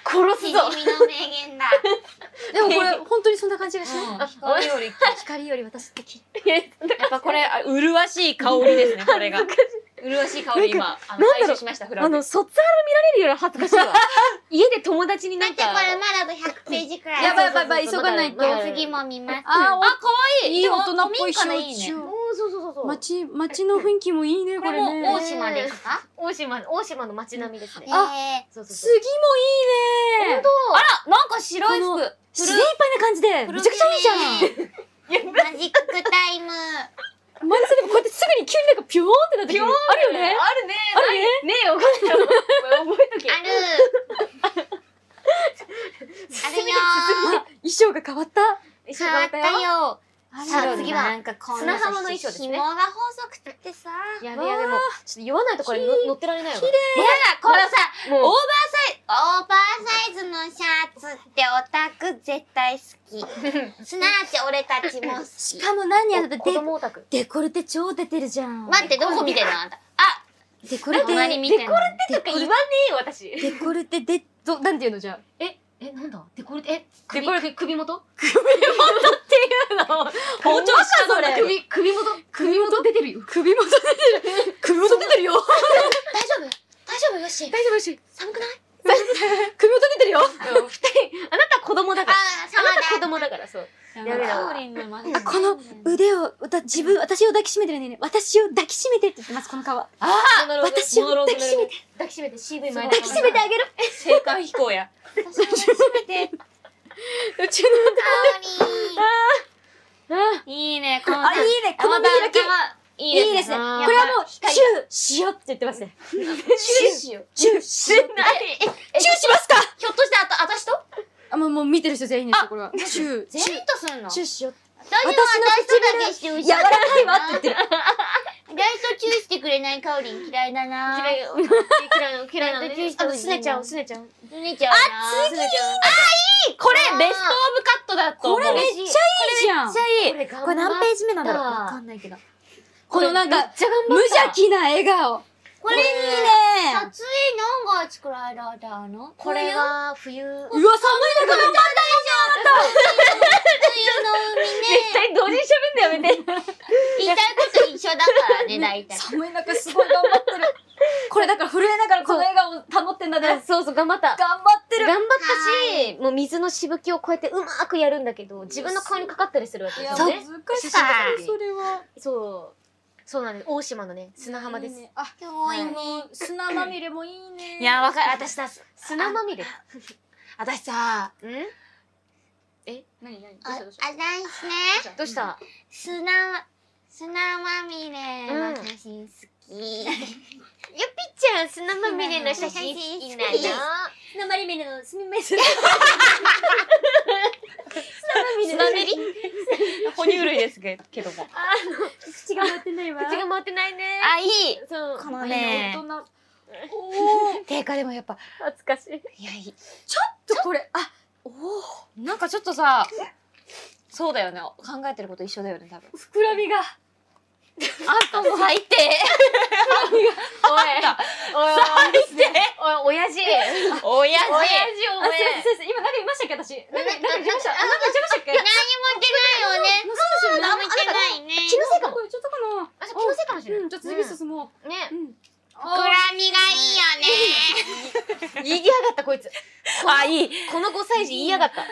S4: 殺す
S3: しじみ
S4: ぞ。
S3: の名言だ。
S5: でもこれ本当にそんな感じがしない
S3: うん
S1: 光より
S5: 光より私って綺 麗
S1: やっぱこれあ麗しい香りですねこれが。麗しい香り今あの回収しましたフラ
S4: あ
S1: ン
S4: の、卒アル見られるより恥ずかし いわ。家で友達に
S3: だ
S4: な
S3: っ
S4: ん
S3: てこ
S4: か。
S3: れまだ100ページくらい
S5: や
S3: ある。
S5: ばいやばいやばい急
S4: そうそうそう
S5: がないと
S4: まだ
S3: じゃあ次も見ます。
S5: あーお
S3: 可愛
S5: いい大人っぽい
S3: 古民家
S2: おー
S5: 表情
S3: の
S2: そうそうそうそう。
S5: 街街の雰囲気もいいねこ
S3: これ
S5: れ
S3: も大
S5: ね
S3: 島ですか？
S2: 大島、大島の街並みですね。
S3: あ、
S2: そうそう
S5: 杉もいいね
S3: あらなんか白い
S5: この
S3: 服。
S5: 自然いっぱいな感じでめちゃくちゃいいじゃん
S3: ん。マジックタイム。
S5: マネすればこうやってすぐに急になんかピョーンってなってくるあるよね
S4: あるね。あるね。ねえ、わかんない。覚えとけ。
S3: ある。あるよ
S5: あ衣装が変わった
S3: ー。変わったよ。
S5: あ
S3: さあ
S5: ら
S3: 次は
S2: なん
S3: かこ
S2: んなさ砂浜の衣装ですね
S3: 紐が細くってさ。
S2: やべやべもう、ちょっと言わないとこれの乗ってられないわ。
S3: やだこのさ
S2: もう
S3: オーバーサイオーバーサイズのシャツってオタク絶対好きすなわち俺たちも好
S5: し
S3: き
S5: かも何やらで
S2: 子供オタク。
S5: デコルテ超出てるじゃん
S3: 待ってどこ見てんのあんたあ
S5: デコルテ
S3: 隣見てんの
S5: デコ
S4: 言わね
S5: ル
S4: えよ、私。
S5: テデコルテでどなんていうのじゃあ
S2: え、え、なんだデコルテ、え、
S4: 首
S2: 首、首首元
S5: 包丁かそれ
S4: 首、首元、首元出てるよ。
S5: 首元出てる首元出てる
S13: カオリンの真似
S5: あこの腕を、わた自分、私を抱きしめてるねね。私を抱きしめてって言ってます、この 顔。私を抱きしめて。
S3: 抱きしめて CV 前
S5: 抱きしめてあげる。
S1: 青函飛行
S13: う
S1: や。
S13: ちのいいねこの
S5: あ、いいね、この見開き。
S13: い
S5: いいですね。これ
S13: あー
S5: はもう、チューしようって言ってますね。 チューしよう。チューしよう。チューしますか
S3: ひょっとしてあた私と
S5: あ、もう、もう見てる人全員ですよ、これは。チュー。
S3: 全員とすんの
S5: チューしよう。
S3: 大丈夫私とだけして
S5: 柔らかいわって言ってる。
S3: 意外とチューしてくれないカオリン嫌いだな嫌いよ嫌いなの嫌いなのねあのすねちゃんすねちゃんすねちゃんあ次
S13: これベストオブカットだと思
S5: こ
S13: う
S5: れめっちゃいいじゃん。
S13: ゃい
S3: これ頑
S5: これ何ペ
S3: 張っ
S5: ージ目なんだろう
S3: 頑張った
S5: わかんないけど。このなんか、無邪気な笑顔。
S3: これ
S5: いい
S3: 撮
S5: ね。
S3: 影何月くらいだったのこれは冬冬の海ね
S5: うわ、寒い中頑張った
S13: 絶対同時に喋んのやめて
S3: 言いたいこと一緒だか らね大体
S5: 寒い中すごい頑張ってる。 これだから震えながらこの笑顔を保ってんだね。
S2: そうそう、頑張った。
S5: 頑張ってる。
S2: 頑張ったし、もう水のしぶきをこうやってうまくやるんだけど、自分の顔にかかったりするわけですよ
S5: 難
S2: ね。
S5: しい。
S3: か
S5: それは。
S2: そう。そうなんです。大島のね、砂浜です。
S5: いいね。あ、はい砂まみれもいいね。
S1: いや、わかる。私さ、
S2: 砂まみれ。ん
S1: 私さ、
S5: 何何
S3: あ、あたしね
S2: どうした
S3: 砂砂まみれの写真好き
S2: ゆぴちゃん、砂まみれの写真好きなの。
S5: 砂まりめのすみめす。
S2: 砂まみれ
S1: 哺乳類ですけども。
S5: 口が回ってないわ。
S2: 口が回ってないね。
S1: あ、いい
S2: そう。
S1: このね
S5: 大、人。
S1: 定価でもやっぱ、
S2: 懐かしい。
S1: いや、いい
S5: ちょっとこれ、あ、
S1: なんかちょっとさ、そうだよね。考えてること一緒だよね、多分。
S5: 膨らみが。
S1: あんたも最低。
S2: おい。
S1: 親父。、
S2: おい、おい、おい、親父。親父お前
S5: あ、すいません。先生、今なんか言いましたっけ私。なんか、なんか言いました。なんか言っちゃいましたっけ。
S3: 何も言ってないよね
S5: そうですよね
S3: 何も言ってないね
S2: 気のせいかも。
S5: これちょっとかな。
S2: あ、じゃあ気のせいかもしれ
S5: う、
S2: なんい。
S5: じゃあ次進もう。
S2: ね。
S5: うん。
S3: 膨らみがいいよね
S2: 言いやがった、こいつ。
S1: あ、いい。
S2: この5歳児言いやがった。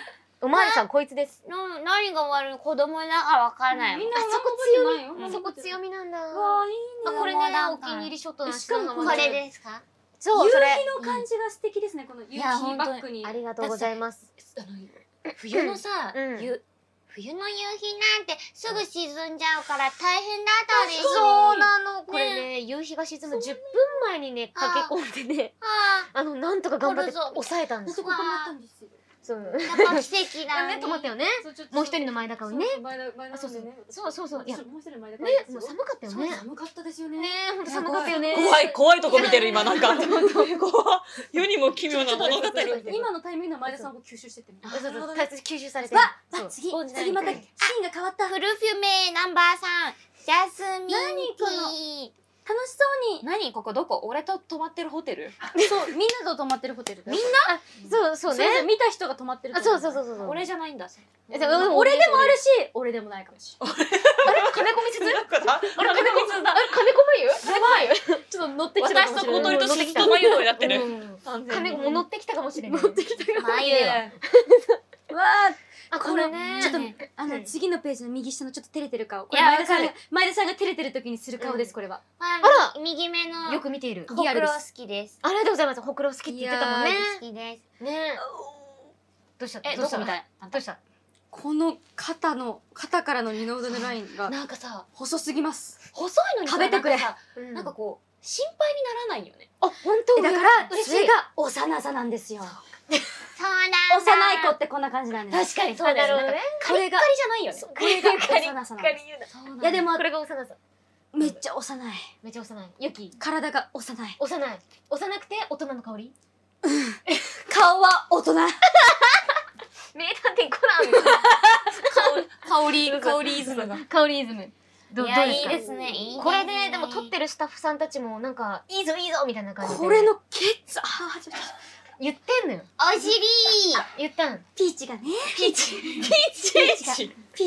S2: おまわりさん、こいつです。
S3: な何が悪い子供だから分からないも
S5: み
S3: ん
S5: んなそこ強いよ。
S2: そこ強みなんだ。
S5: う
S2: あ、
S5: わあ、いいね。
S2: これね
S3: もうな、
S2: お
S3: んか
S2: 気に入りショットなんです
S5: しかも
S3: これですか
S2: そう、それ。
S5: の感じが素敵ですね。この夕日
S1: いや本当
S5: バ
S1: に
S5: ックに。
S2: ありがとうございます。
S1: 冬のさ、
S2: うん
S1: ゆ
S3: 冬の夕日なんてすぐ沈んじゃうから大変だったでしょ
S2: そうなの。これね、夕日が沈む10分前にね、駆け込んでね、
S3: あ
S2: あの、なんとか頑張って抑えたんです
S5: そ
S2: よ
S5: こ。頑張ったんですよ。
S2: そう。
S3: あやっぱ奇跡 だ
S2: ね、止まったよね。
S5: そうちょっと
S2: もう一人の前田
S5: そ
S2: 君
S5: う
S2: ね。
S5: そう前田前田君でね。
S2: そうそうそうそういや
S5: ちょっともう一人の前田君
S2: ね
S5: です、よ
S2: もう寒かったよ
S5: そう
S2: ね。
S5: 寒かったですよね。
S2: ね、ほんと寒かったよね。
S1: 怖い、怖いとこ見てる、今、なんか。怖い世にも奇妙な物語。
S5: 今のタイミングの前田さんを吸収してってみた。
S2: そうそう
S5: なるほどね
S2: 体質吸収されて。
S5: わ
S2: そう
S5: あ次
S2: スポンジな
S5: 次
S2: み
S5: ま
S2: た
S5: た
S2: い
S5: シ
S2: な
S5: ーンが変わった。楽
S3: フルフュメナンバーさんジャスミンティー
S5: しそうに。
S1: 何ここどこ俺と泊まってるホテル
S5: そうみんなと泊まってるホテル。みんな
S2: そうそうね。
S5: 見た人が泊まってる。
S2: あ、そうそう
S5: う。
S2: そうそう。
S1: 俺じゃないんだ。
S2: えでも俺
S5: 俺で
S2: で
S5: も
S2: も
S5: あ
S2: あ
S5: る
S2: る。
S5: し、俺でもないかもしれない。
S2: あれ金子さん、あれ金子眉？やばいよ。
S5: ちょっと乗ってきたか
S1: 私と小
S5: もしれない。
S1: 鳥とずっと眉毛になってる。
S2: うん
S1: 完全
S2: 金
S1: に
S2: 子も乗ってきたかもしれない。
S3: 眉
S5: わ
S2: あ、
S5: あ、
S2: こ
S5: こ
S2: れ
S5: れ
S2: ね
S5: ね。ちょっとあの次のページの右下のちょっと照れてる顔。これ前田さんが前田さんが照れてる時にする顔ですこれは。
S3: あら右目の
S2: よく見ている。
S3: ほ
S5: リア
S3: く
S5: ル
S3: ろ
S5: で
S3: 好
S5: す
S3: きです
S2: ありがとうございます。ほくろ好きって言ってたもんね
S5: い。
S3: 好きです
S2: ね。どうした？
S1: え、
S2: ど
S1: ど
S2: うした
S1: こみ
S2: みた
S1: た
S2: い
S1: い
S2: な。どうした？
S5: この肩の肩からの二の腕のラインが
S1: なんかさ、
S5: 細すぎます。
S1: 細いのにさ
S5: 食べてくれ
S1: なんかさ
S2: な
S1: なん
S2: ん
S1: か
S2: か
S1: こう、心配にならないよね。
S2: あ、本当
S5: えだから
S2: 嬉し
S5: それ
S2: い。
S5: が幼さなんですよ。
S3: そうなんだ
S5: 幼い子ってこんな感じなんです。
S2: 確かに
S1: そうだよね
S2: ね。
S5: これが
S1: カリじゃないよね。
S5: こ れが幼さなんで
S1: そう
S5: す。いやでも
S2: これが幼さ。
S5: めっちゃ幼い。
S2: めっちゃ幼い。ゆき。
S5: 体が幼い。
S2: 幼い。幼くて大人の香り。
S5: 顔は大人。
S2: 名探偵コナンみたいな。
S1: 香り、香りイズムが。
S2: 香りイズム。ど
S3: いうや
S2: どう
S3: いい
S2: で
S3: ですすねいい
S2: かこれね、でも撮ってるスタッフさんたちもなんか、いいぞいいぞみたいな感じで。
S5: これのケツ。あーちょっと
S2: 言ってんのよ。
S3: お尻
S2: 言ったん。
S5: ピーチがね。ピーチ。ピ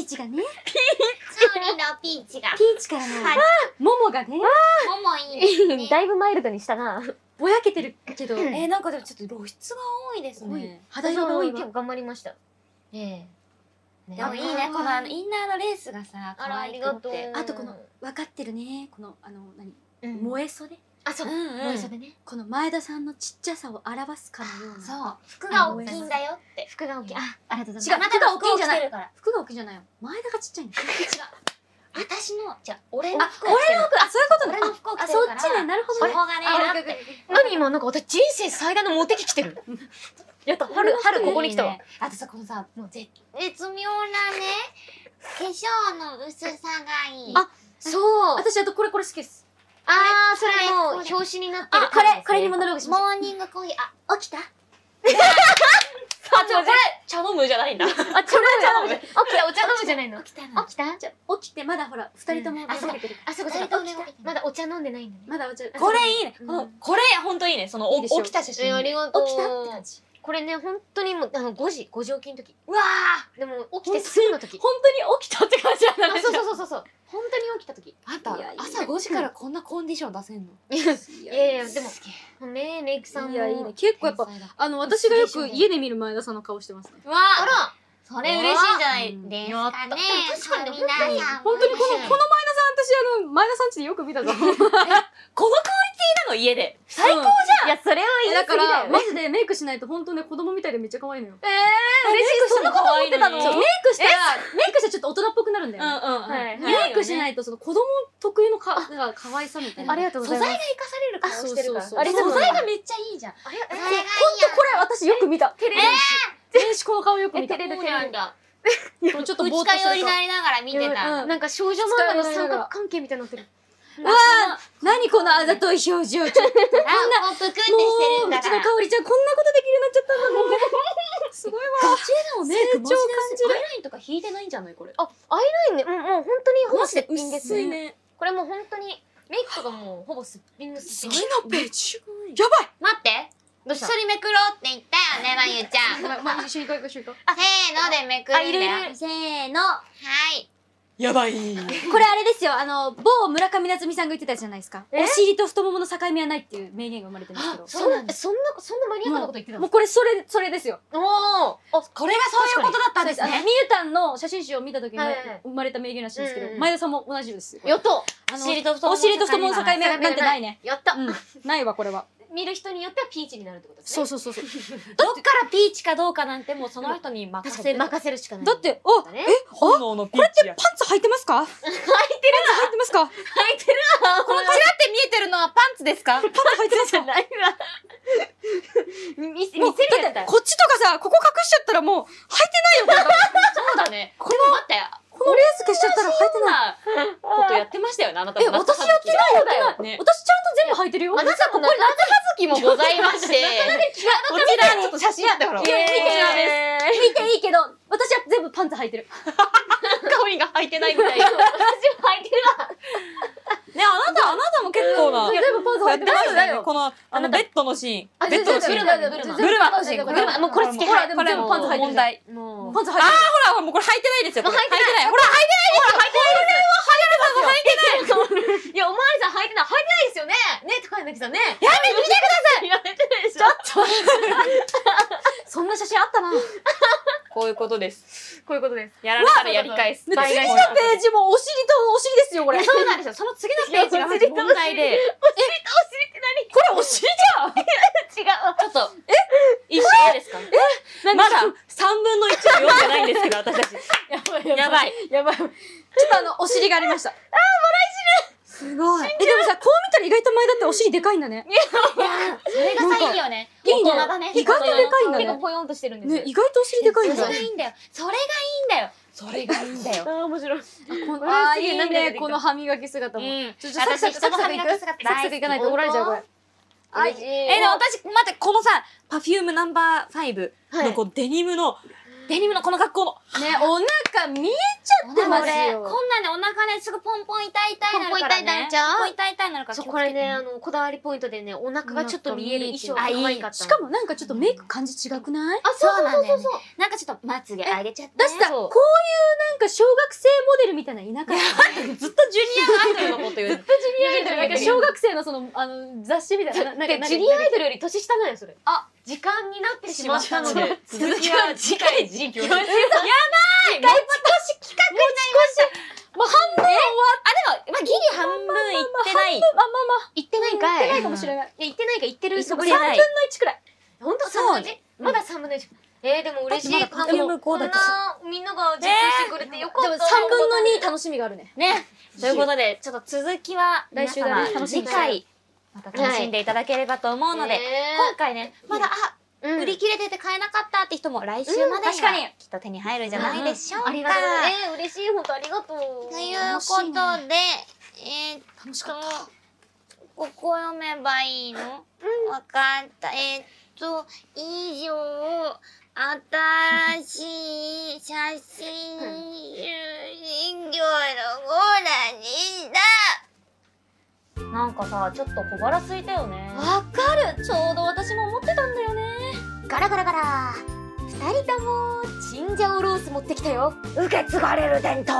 S5: ーチがね。
S3: ソーリのピーチが
S5: ピーチからね。ももがね。
S3: ももいいですね
S2: だいぶマイルドにしたな。
S5: ぼやけてるけど。
S1: えー、なんかでもちょっと露出が多いですね。
S5: 肌
S2: 私
S5: 色が
S2: も
S5: 多い
S2: 結
S5: わ
S2: 構。頑張りました。ええ。
S1: でもいいね、このあのインナーのレースがさ、
S2: あら、
S1: 可
S2: あ
S1: 愛
S2: り
S1: く
S2: が
S1: っ
S2: とう
S1: て。。
S5: あとこの、分かってるね。この、あの、何
S2: うん、
S5: 燃え袖
S2: あ、そうう。
S1: ん
S2: も
S1: う。
S2: うんそ
S1: そう。
S2: れね。
S5: この前田さんのちっちゃさを表すかのような。
S2: 服が大きいんだよって。
S5: 服が大きい。あ、
S2: ありがとうご
S5: 違う、服が大きいんじゃな
S2: 服を着てる
S5: い
S2: から。
S5: 服が大きいんじゃないよ。前田がちっちゃ いんだよ。
S2: 私の、じゃあ俺の
S5: あ、
S2: 服
S5: 俺
S2: を着てる
S5: の服、あ、そういうことね。
S2: 俺の服を着
S5: あ、
S2: て
S5: そ
S2: るから。
S5: っちね。なるほどね。
S2: そこがね、
S4: あ
S2: な
S4: オ
S2: ん
S4: ッケー
S2: て。
S4: 何今なんか私人生最大のモテ期来てるやった春春ここに来たわ
S2: あとさ、このさ、もう絶絶妙なね、化粧の薄さがいい
S5: あ
S2: そう。
S5: 私、あとこれこれ好きです。
S2: あー、それ
S5: これ
S2: もう
S5: これ
S2: 表紙になってる
S5: あ、これ、これにも
S2: モ
S5: なろうします。
S2: ーニングコーヒー、あ、起きた
S4: あちょこれ茶飲むじゃないんだ
S5: あ、これじゃ
S4: 起きたお茶飲むじゃないの
S2: 起きたの。起きた
S5: あ起きて、まだほら、二人とも
S2: あそう
S5: 起きてるから。
S2: あ、そうか、それとね、まだお茶飲んでないんだね。
S5: まだお茶。
S7: これいいね。
S2: うん
S7: このこれ、ほんといいね。その、
S5: いい
S7: お
S5: でしょ
S7: 起きた写
S2: えー
S7: 真。
S2: りがとう
S5: 起きたって感じ。
S2: これね、本当にもう、あの、5時、5時起きの時。
S7: うわあ
S2: でも、起きてすぐの時。
S7: 本当に起きたって感じなん
S2: あ、
S7: で
S2: そう
S7: す
S2: そう
S7: よ。
S2: そうそうそう。本当に起きた時。
S7: あん
S5: いやいや
S7: 5時からこんなコンディション出せんの
S2: いやいや、でも、ねメイクさんも。
S5: いや、いいね。結構やっぱ、あの、私がよく家で見る前田さんの顔してますね。
S7: うわあ
S2: あら、
S7: それ嬉しいじゃない。
S5: うん
S2: ですかね。確かに、皆さん。
S5: 本当にこの、この前田さん、私、あの、前田さん家でよく見たぞ。
S7: このクオリティなの、家で。
S5: 最高じゃんいや、それは言いだか
S4: だ
S5: ら、
S4: よ
S5: マジでメイクしないと本当ね、子供みたいでめっちゃ可愛いのよ。
S7: 嬉しい。そんなこと思ってたの
S5: そう、メイクしたら、メイクしたらちょっと大人っぽくなるんだよね。
S7: うんうん。
S4: はい
S7: 似合うよね
S5: メイクしないと、その子供特有のか、なんか可愛さみたいな。
S4: ありがとうございます
S2: 素材が活かされる顔してるから。
S5: そうそうそう
S2: あれ、素
S5: 素
S2: 材
S5: 材
S2: が
S5: が
S2: めっちゃいいじゃん。あれ、
S5: ほん
S2: 素材がいい
S5: とこれ、私よく見た。テレビ。全子この顔よく見た。
S2: やん。そうなんだ。
S5: もうちょっとぼーっとしてる顔。
S2: りながら見
S5: てた
S2: なんか少女漫画の三角関係みたいになってる。わ
S5: 何このあざとい表情。ちょっ
S2: あ、
S5: と
S2: もうぷくんってしてる
S5: も
S2: ん
S5: う、う
S2: だ
S5: ち
S2: か
S5: の
S2: ら。
S5: かおりちゃん、こんなことできるようになっちゃったんだもん。すごいわ。
S7: ね
S5: 成長感じる
S7: アイラインとか引いてないんじゃないこれ。
S2: あ、アイラインね、もうもう本当にほぼすっぴんです
S5: 薄い
S2: ね。
S5: ね。
S2: これもう本当に、メイクとかもうほぼすっぴんです。
S7: のページ。
S2: 待って。どうした一緒にめくろうって言ったよね、まゆちゃん。 せー
S5: まあ、一緒に行こう一緒に行こ
S2: のでめくるんだよ。は
S3: せーの。
S2: い。
S7: やばい。
S5: う。これあれですよ、あの、某村上夏美さんが言ってたじゃないですか。お尻と太ももの境目はないっていう名言が生まれてますけど。
S2: そんな、そんな、そんなマニアックなこと言ってた
S5: も
S2: の
S5: うこれ、それ、それですよ。
S2: おー。あ、
S7: これがそういうことだったんです
S5: あの、
S7: ね。
S5: みゆたんの写真集を見た時に
S2: はいはいはい
S5: 生まれた名言らしいんですけ
S2: うんう
S5: ど、
S2: ん
S5: 前田さんも同じですよ。
S2: やった
S5: あの
S7: お尻と太ももの
S5: お尻と太ももの境目なんてな いね。
S2: やった
S5: うん。ないわ、これは。
S2: 見る人によってはピーチになるってことです
S5: そ
S2: ね。
S5: うそうそうそう。
S7: どっからピーチかどうかなんてもうその人に任
S2: 任
S7: せ
S2: せ、
S7: る。
S2: 任せるしかない。
S5: だって、お、
S2: だね
S5: え、
S7: 本
S5: あ、
S7: 能のピ
S5: こ
S7: ー
S5: れっ
S7: チ
S5: て
S7: や。
S5: パンツ履いてま すか履いてる履いてますか
S7: このチラって見えてるのはパンツですか
S5: パンツ履いてますか
S2: ないわ。見見せる
S5: もうだ
S2: や
S5: っ
S2: つだ
S5: て
S2: よ。
S5: こっちとかさ、ここ隠しちゃったらもう、履いてないよ。
S7: そうだね。
S5: こ
S7: 待って。
S5: の、このレース消しちゃったら履いてない。
S7: ことやってましたよね、あなた
S5: え、私やってないやってな
S7: ね
S5: い。私ちゃんと全部履いてるよ。
S2: あなたも
S5: ここに
S7: きもございまして。こちら、ちょっと写真あってほら。
S5: いや見て
S7: え
S5: 見ていいけど、私は全部パンツ履いてる。
S7: ーかおりんが履いてないみた いな。ね、あなた、あなたも結構な。
S5: 全部パンツ履いてる。
S7: この、あの、ベッドのシーン。ベッ
S5: 全部
S7: ドの
S5: 全
S7: シ
S5: 部
S7: ーン。
S5: 全部全部
S7: ブルマのシーン。
S5: 全部
S7: こ
S5: ブ
S7: れ
S5: ルマ
S7: も
S5: も
S7: う
S5: う
S7: これ
S5: これ
S7: 好
S5: 好
S7: き。ほら、
S5: きはい
S7: これもう
S5: 全部パンツ履いてる
S7: 問題。
S2: もう。
S5: パンツ履いてる。
S7: あ、ほら、もうこれ履いてないですよ。これ履いてない。ほら、履い
S2: いや、おまわりさん履いてない、履いてないですよね。ね、高柳さんね。
S5: そんな写真あったな。で、
S7: てこういうことです。
S2: こういうことです。
S7: やられたらやり返す。
S5: 次のペ
S7: 倍返し
S5: ージもお尻とお尻ですよ、これ。
S7: そうなんですよ。その次のページがまず問題で。
S5: これお尻
S2: 違う。
S7: ちょっと、え一緒ですかえまだ三分の一を読んでないんですけど、私たち。
S5: やばい
S7: やばい。
S5: やばい。ちょっとあの、お尻がありま した。あー、もらい汁すごい。え、でもさ、こう見たら意外と前だってお尻でかいんだね。
S2: それがさ、いいよね。
S5: いいね
S2: 大人だね。
S5: 意外とでかいんだね
S2: 結構ぽよんとしてるんです
S5: ね
S2: よ、。
S5: 意外とお尻でかいん
S2: そ
S5: だ。
S2: れがいいんだよ。それがいいんだよ。それがいいんだよ。
S4: あー面白い
S5: こ
S4: れ
S5: あ
S4: は
S5: ー
S4: す
S5: い
S4: げえ
S5: い
S4: 涙出て
S5: ね
S4: きた
S5: この歯磨き姿も、
S7: うん
S5: ちょちょサクサク
S2: 私
S5: サクサクい
S2: 人の歯磨
S5: く
S2: き姿
S5: サクサクいかないと怒られちゃうこれ
S2: あい
S7: えでも私、待って、このさ、パフュームナンバーファイブ
S2: は
S7: の
S2: い
S7: こうデニムの、デニムのこの格好の、
S5: ねお腹見えちゃってますよ
S3: こんなんでお腹ね、すぐポンポン痛い痛いなるからね。
S2: ポンポン痛い痛いなっちゃう
S3: ポンポン痛い痛いなるから。
S2: そう、これね、あの、こだわりポイントでね、お腹がちょっと見える衣装が可愛かったの。
S5: しかもなんかちょっとメイク感じ違くない
S2: あ、そうそうそうそう。
S3: なんかちょっとまつげ上げちゃって。
S5: だしさ、
S2: そう
S5: こういうなんか小学生モデルみたいな田 舎
S7: ずっとジュニアアイドルのこと 言う。
S5: なんか小学生のそのあの雑誌みたいなななんか
S2: で、ジュニアアイドルより年下なんよ、それ。
S5: あ
S4: 時間になってしまったので、
S7: しまったので
S4: 続きは次回実況です。
S1: まあ、ギリ半分いってない。
S5: まあまあまあ、
S1: いってないかい。
S5: 言ってないかもしれない。
S4: 言ってないか言ってる
S1: そ
S4: そ
S1: ぶ
S4: ぶ
S1: り
S4: り
S1: な
S4: ないい。
S5: 1くらい。
S4: 本当三分の一まだ三分の一。えー、でも嬉しい。
S1: まだ
S4: こんな
S1: FM5 だけ
S4: みんなが実況してくれてよかった。
S5: でも3分の2楽しみがあるね。
S1: ね。ということで、ちょっと続きは、
S5: 来
S1: 皆
S5: 週だ
S1: 様
S5: ね、楽し
S1: 次
S5: みだね
S1: 回、また楽しんでいただければと思うので、今回ね、まだ、あ、
S2: うん
S1: 売り切れてて買えなかったって人も来週までには、きっと手に入るんじゃないでしょうか。
S5: ありがとうね
S2: えー、嬉しい、本当ありがとう。
S3: ということで、えー、っと、ここ読めばいいのわ、かった。えー、っと、以上、新しい写真人形のコーナーでした。
S1: なんかさ、ちょっと小腹空いたよね。
S5: わかるちょうど私も思ってたんだよね。
S2: ガラガラガラ。二人とも、チンジャオロース持ってきたよ。受け継がれる伝統。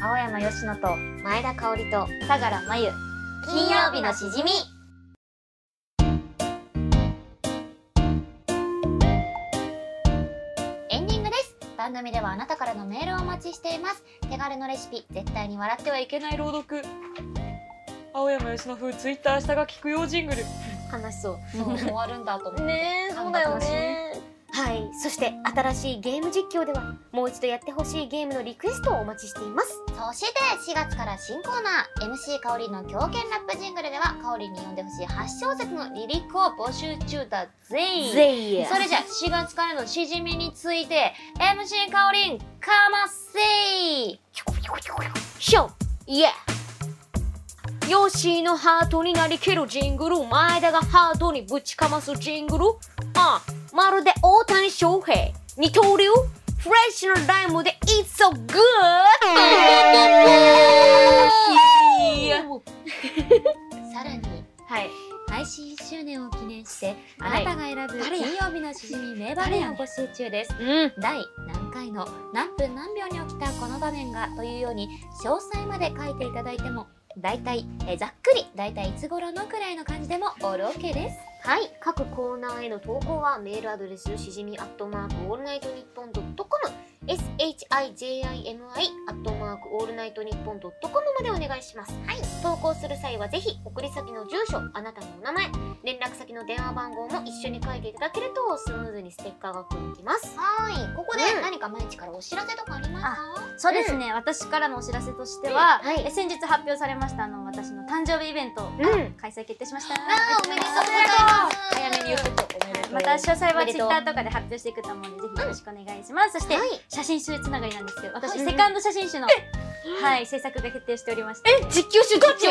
S1: 青山よしのと、
S2: 前田香織と、
S1: 相良真由。
S2: 金曜日のしじみ。
S1: エンディングです。番組ではあなたからのメールをお待ちしています。手軽のレシピ、絶対に笑ってはいけない朗読。
S7: 青山よしの風ツイッター下が聞くよジングル。
S2: 話しそう。
S1: もう終わるんだと思って。
S2: ねえ、そうだよね。はい、そして新しいゲーム実況ではもう一度やってほしいゲームのリクエストをお待ちしています。
S3: そして4月から新コーナー MC 香りの狂犬ラップジングルでは香りに読んでほしい8小節のリリックを募集中だぜい
S2: ぜいや
S3: それじゃ4月からのしじみについて MC 香りんかませい
S4: ショーイエーヨッシーのハートになりきるジングル前田がハートにぶちかますジングルああまるで大谷翔平二刀流フレッシュなライムで It's so good!
S3: さらに
S1: はい。
S3: 配信1周年を記念してあなたが選ぶ金曜日のしじみ名場面を募集中です
S4: うん
S3: 第何回の何分何秒に起きたこの場面がというように詳細まで書いていただいても大体えーざっくり大体いつ頃のくらいの感じでもオールオッケーです
S2: はい、各コーナーへの投稿はメールアドレスしじみアットマークオールナイトニッポンドットコム shijimi アットマークオールナイトニッポンドットコムまでお願いします。はい、投稿する際はぜひ送り先の住所、あなたのお名前、連絡先の電話番号も一緒に書いていただけるとスムーズにステッカーが送ってきます。
S3: はいここで
S2: うん
S3: 何か毎日からお知らせとかありますか、
S5: そうですね、私からのお知らせとしては、
S2: はいはい
S5: え先日発表されましたあの私の誕生日イベント、
S2: ん
S5: 開催決定しました。
S3: あおめでとうございます
S1: 早めに言っとこう。おめでとう
S5: また詳細は
S1: おめ
S5: ツ
S1: で
S5: イッ
S1: とう
S5: ターとかで発表していくと思うので、ぜひよろしくお願いします。そして、
S2: はい
S5: 写真集つながりなんですけど、私、セカンド写真集の、はい、制作が決定しておりまして。え、
S4: 実況集どっち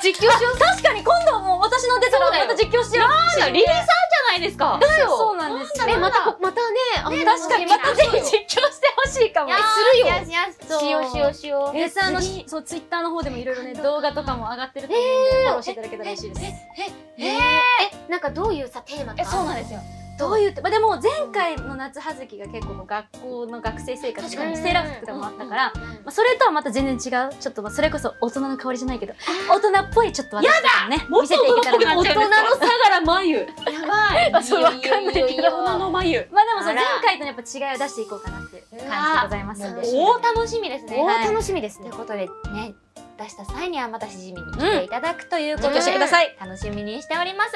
S4: 実況集
S5: 確かに今度はもう私の出たらまた実況してよう
S4: リリーさんじゃないですか
S5: そうそうなんですよ。
S4: えまたこまたねね確かにまたぜひ 実況してほしいかもするよ
S2: よしよしよしよしよ
S5: えさあのそうツイッターの方でもいろいろね動画とかも上がってると思うんでフォローしていただけたら嬉しいです。
S2: えなんかどういうさテーマとか
S5: えそうなんですよどういうって、まあ、でも前回の夏葉月が結構こう学校の学生生活
S2: 確
S5: とか
S2: かに
S5: セーラー服とかもあったから、まあ、それとはまた全然違うちょっとまあそれこそ大人の香りじゃないけど大人っぽいちょっと私たちもね見せていけたらな
S4: 大
S5: って
S4: 人の相良真由やばいそうわかんないけど
S2: いいよいいよいい
S4: 大
S2: よ
S4: 人の真由
S5: まあでもそ
S2: あ
S5: う
S2: ら
S5: 前回とのやっぱ違いを出していこうかなっていう感じでございますんで
S4: 大楽しみですね
S2: 大楽しみです
S1: とい
S2: ね
S1: うことでね出した際にはまたしじみに来ていただくということ
S4: うん
S1: で、
S4: 実況してください
S1: 楽しみにしております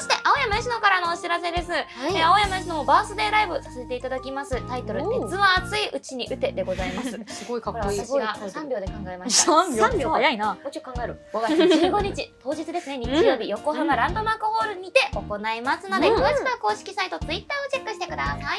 S1: そして青山佳乃からのお知らせです、えー青山佳乃もバースデーライブさせていただきますタイトル「
S4: おう
S1: 熱は熱いうちに打て」でございます
S4: すごいか
S1: これ私が3秒で考えました
S5: 3秒早いな
S2: もうちょい考えろ
S1: 5月15日 当日ですね日曜日横浜ランドマークホールにて行いますので、
S2: うん
S1: 詳しくは公式サイト Twitter をチェックしてください
S2: は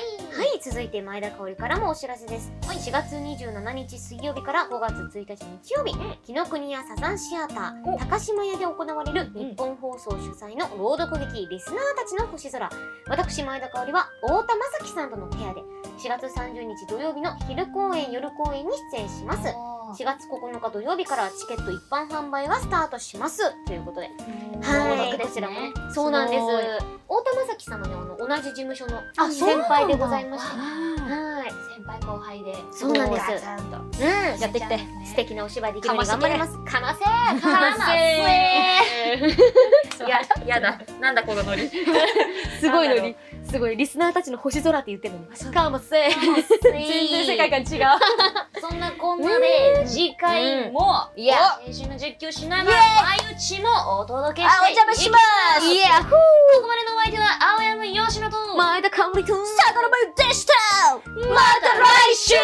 S2: い続いて前田香織からもお知らせです4月27日水曜日から5月1日日曜日紀ノ国屋サザンシアター高島屋で行われる日本放送主催の朗読劇リスナーたちの星空私前田香織は太田雅樹さんとのペアで4月30日土曜日の昼公演夜公演に出演します4月9日土曜日からチケット一般販売がスタートしますということでは
S1: 朗
S2: い
S1: 読
S2: こ
S1: です
S2: ち
S1: ね
S2: らもねそうなんです
S1: すごい
S2: 太田雅樹様ねあの同じ事務所の
S1: あそう
S2: 先
S1: なんだ
S2: 輩でございましてはい先
S3: 先輩後輩で
S2: そうなんです
S3: ガチャンと
S2: うん
S14: やってきて
S2: 素敵なお芝居できるように頑張りますかませ
S14: 完成
S2: ややだなんだこのノリ
S5: すごいのに、すごい、リスナーたちの星空って言ってるのに。かもせ全然世界観違う。
S1: そんなこんなで、次回も、
S2: いや
S1: 青春の実況しながら、相打ちもお届けしていきます。こ
S2: いや
S1: こまでのお相手は、青山よしのと、
S5: 前田香織くん。
S1: また来週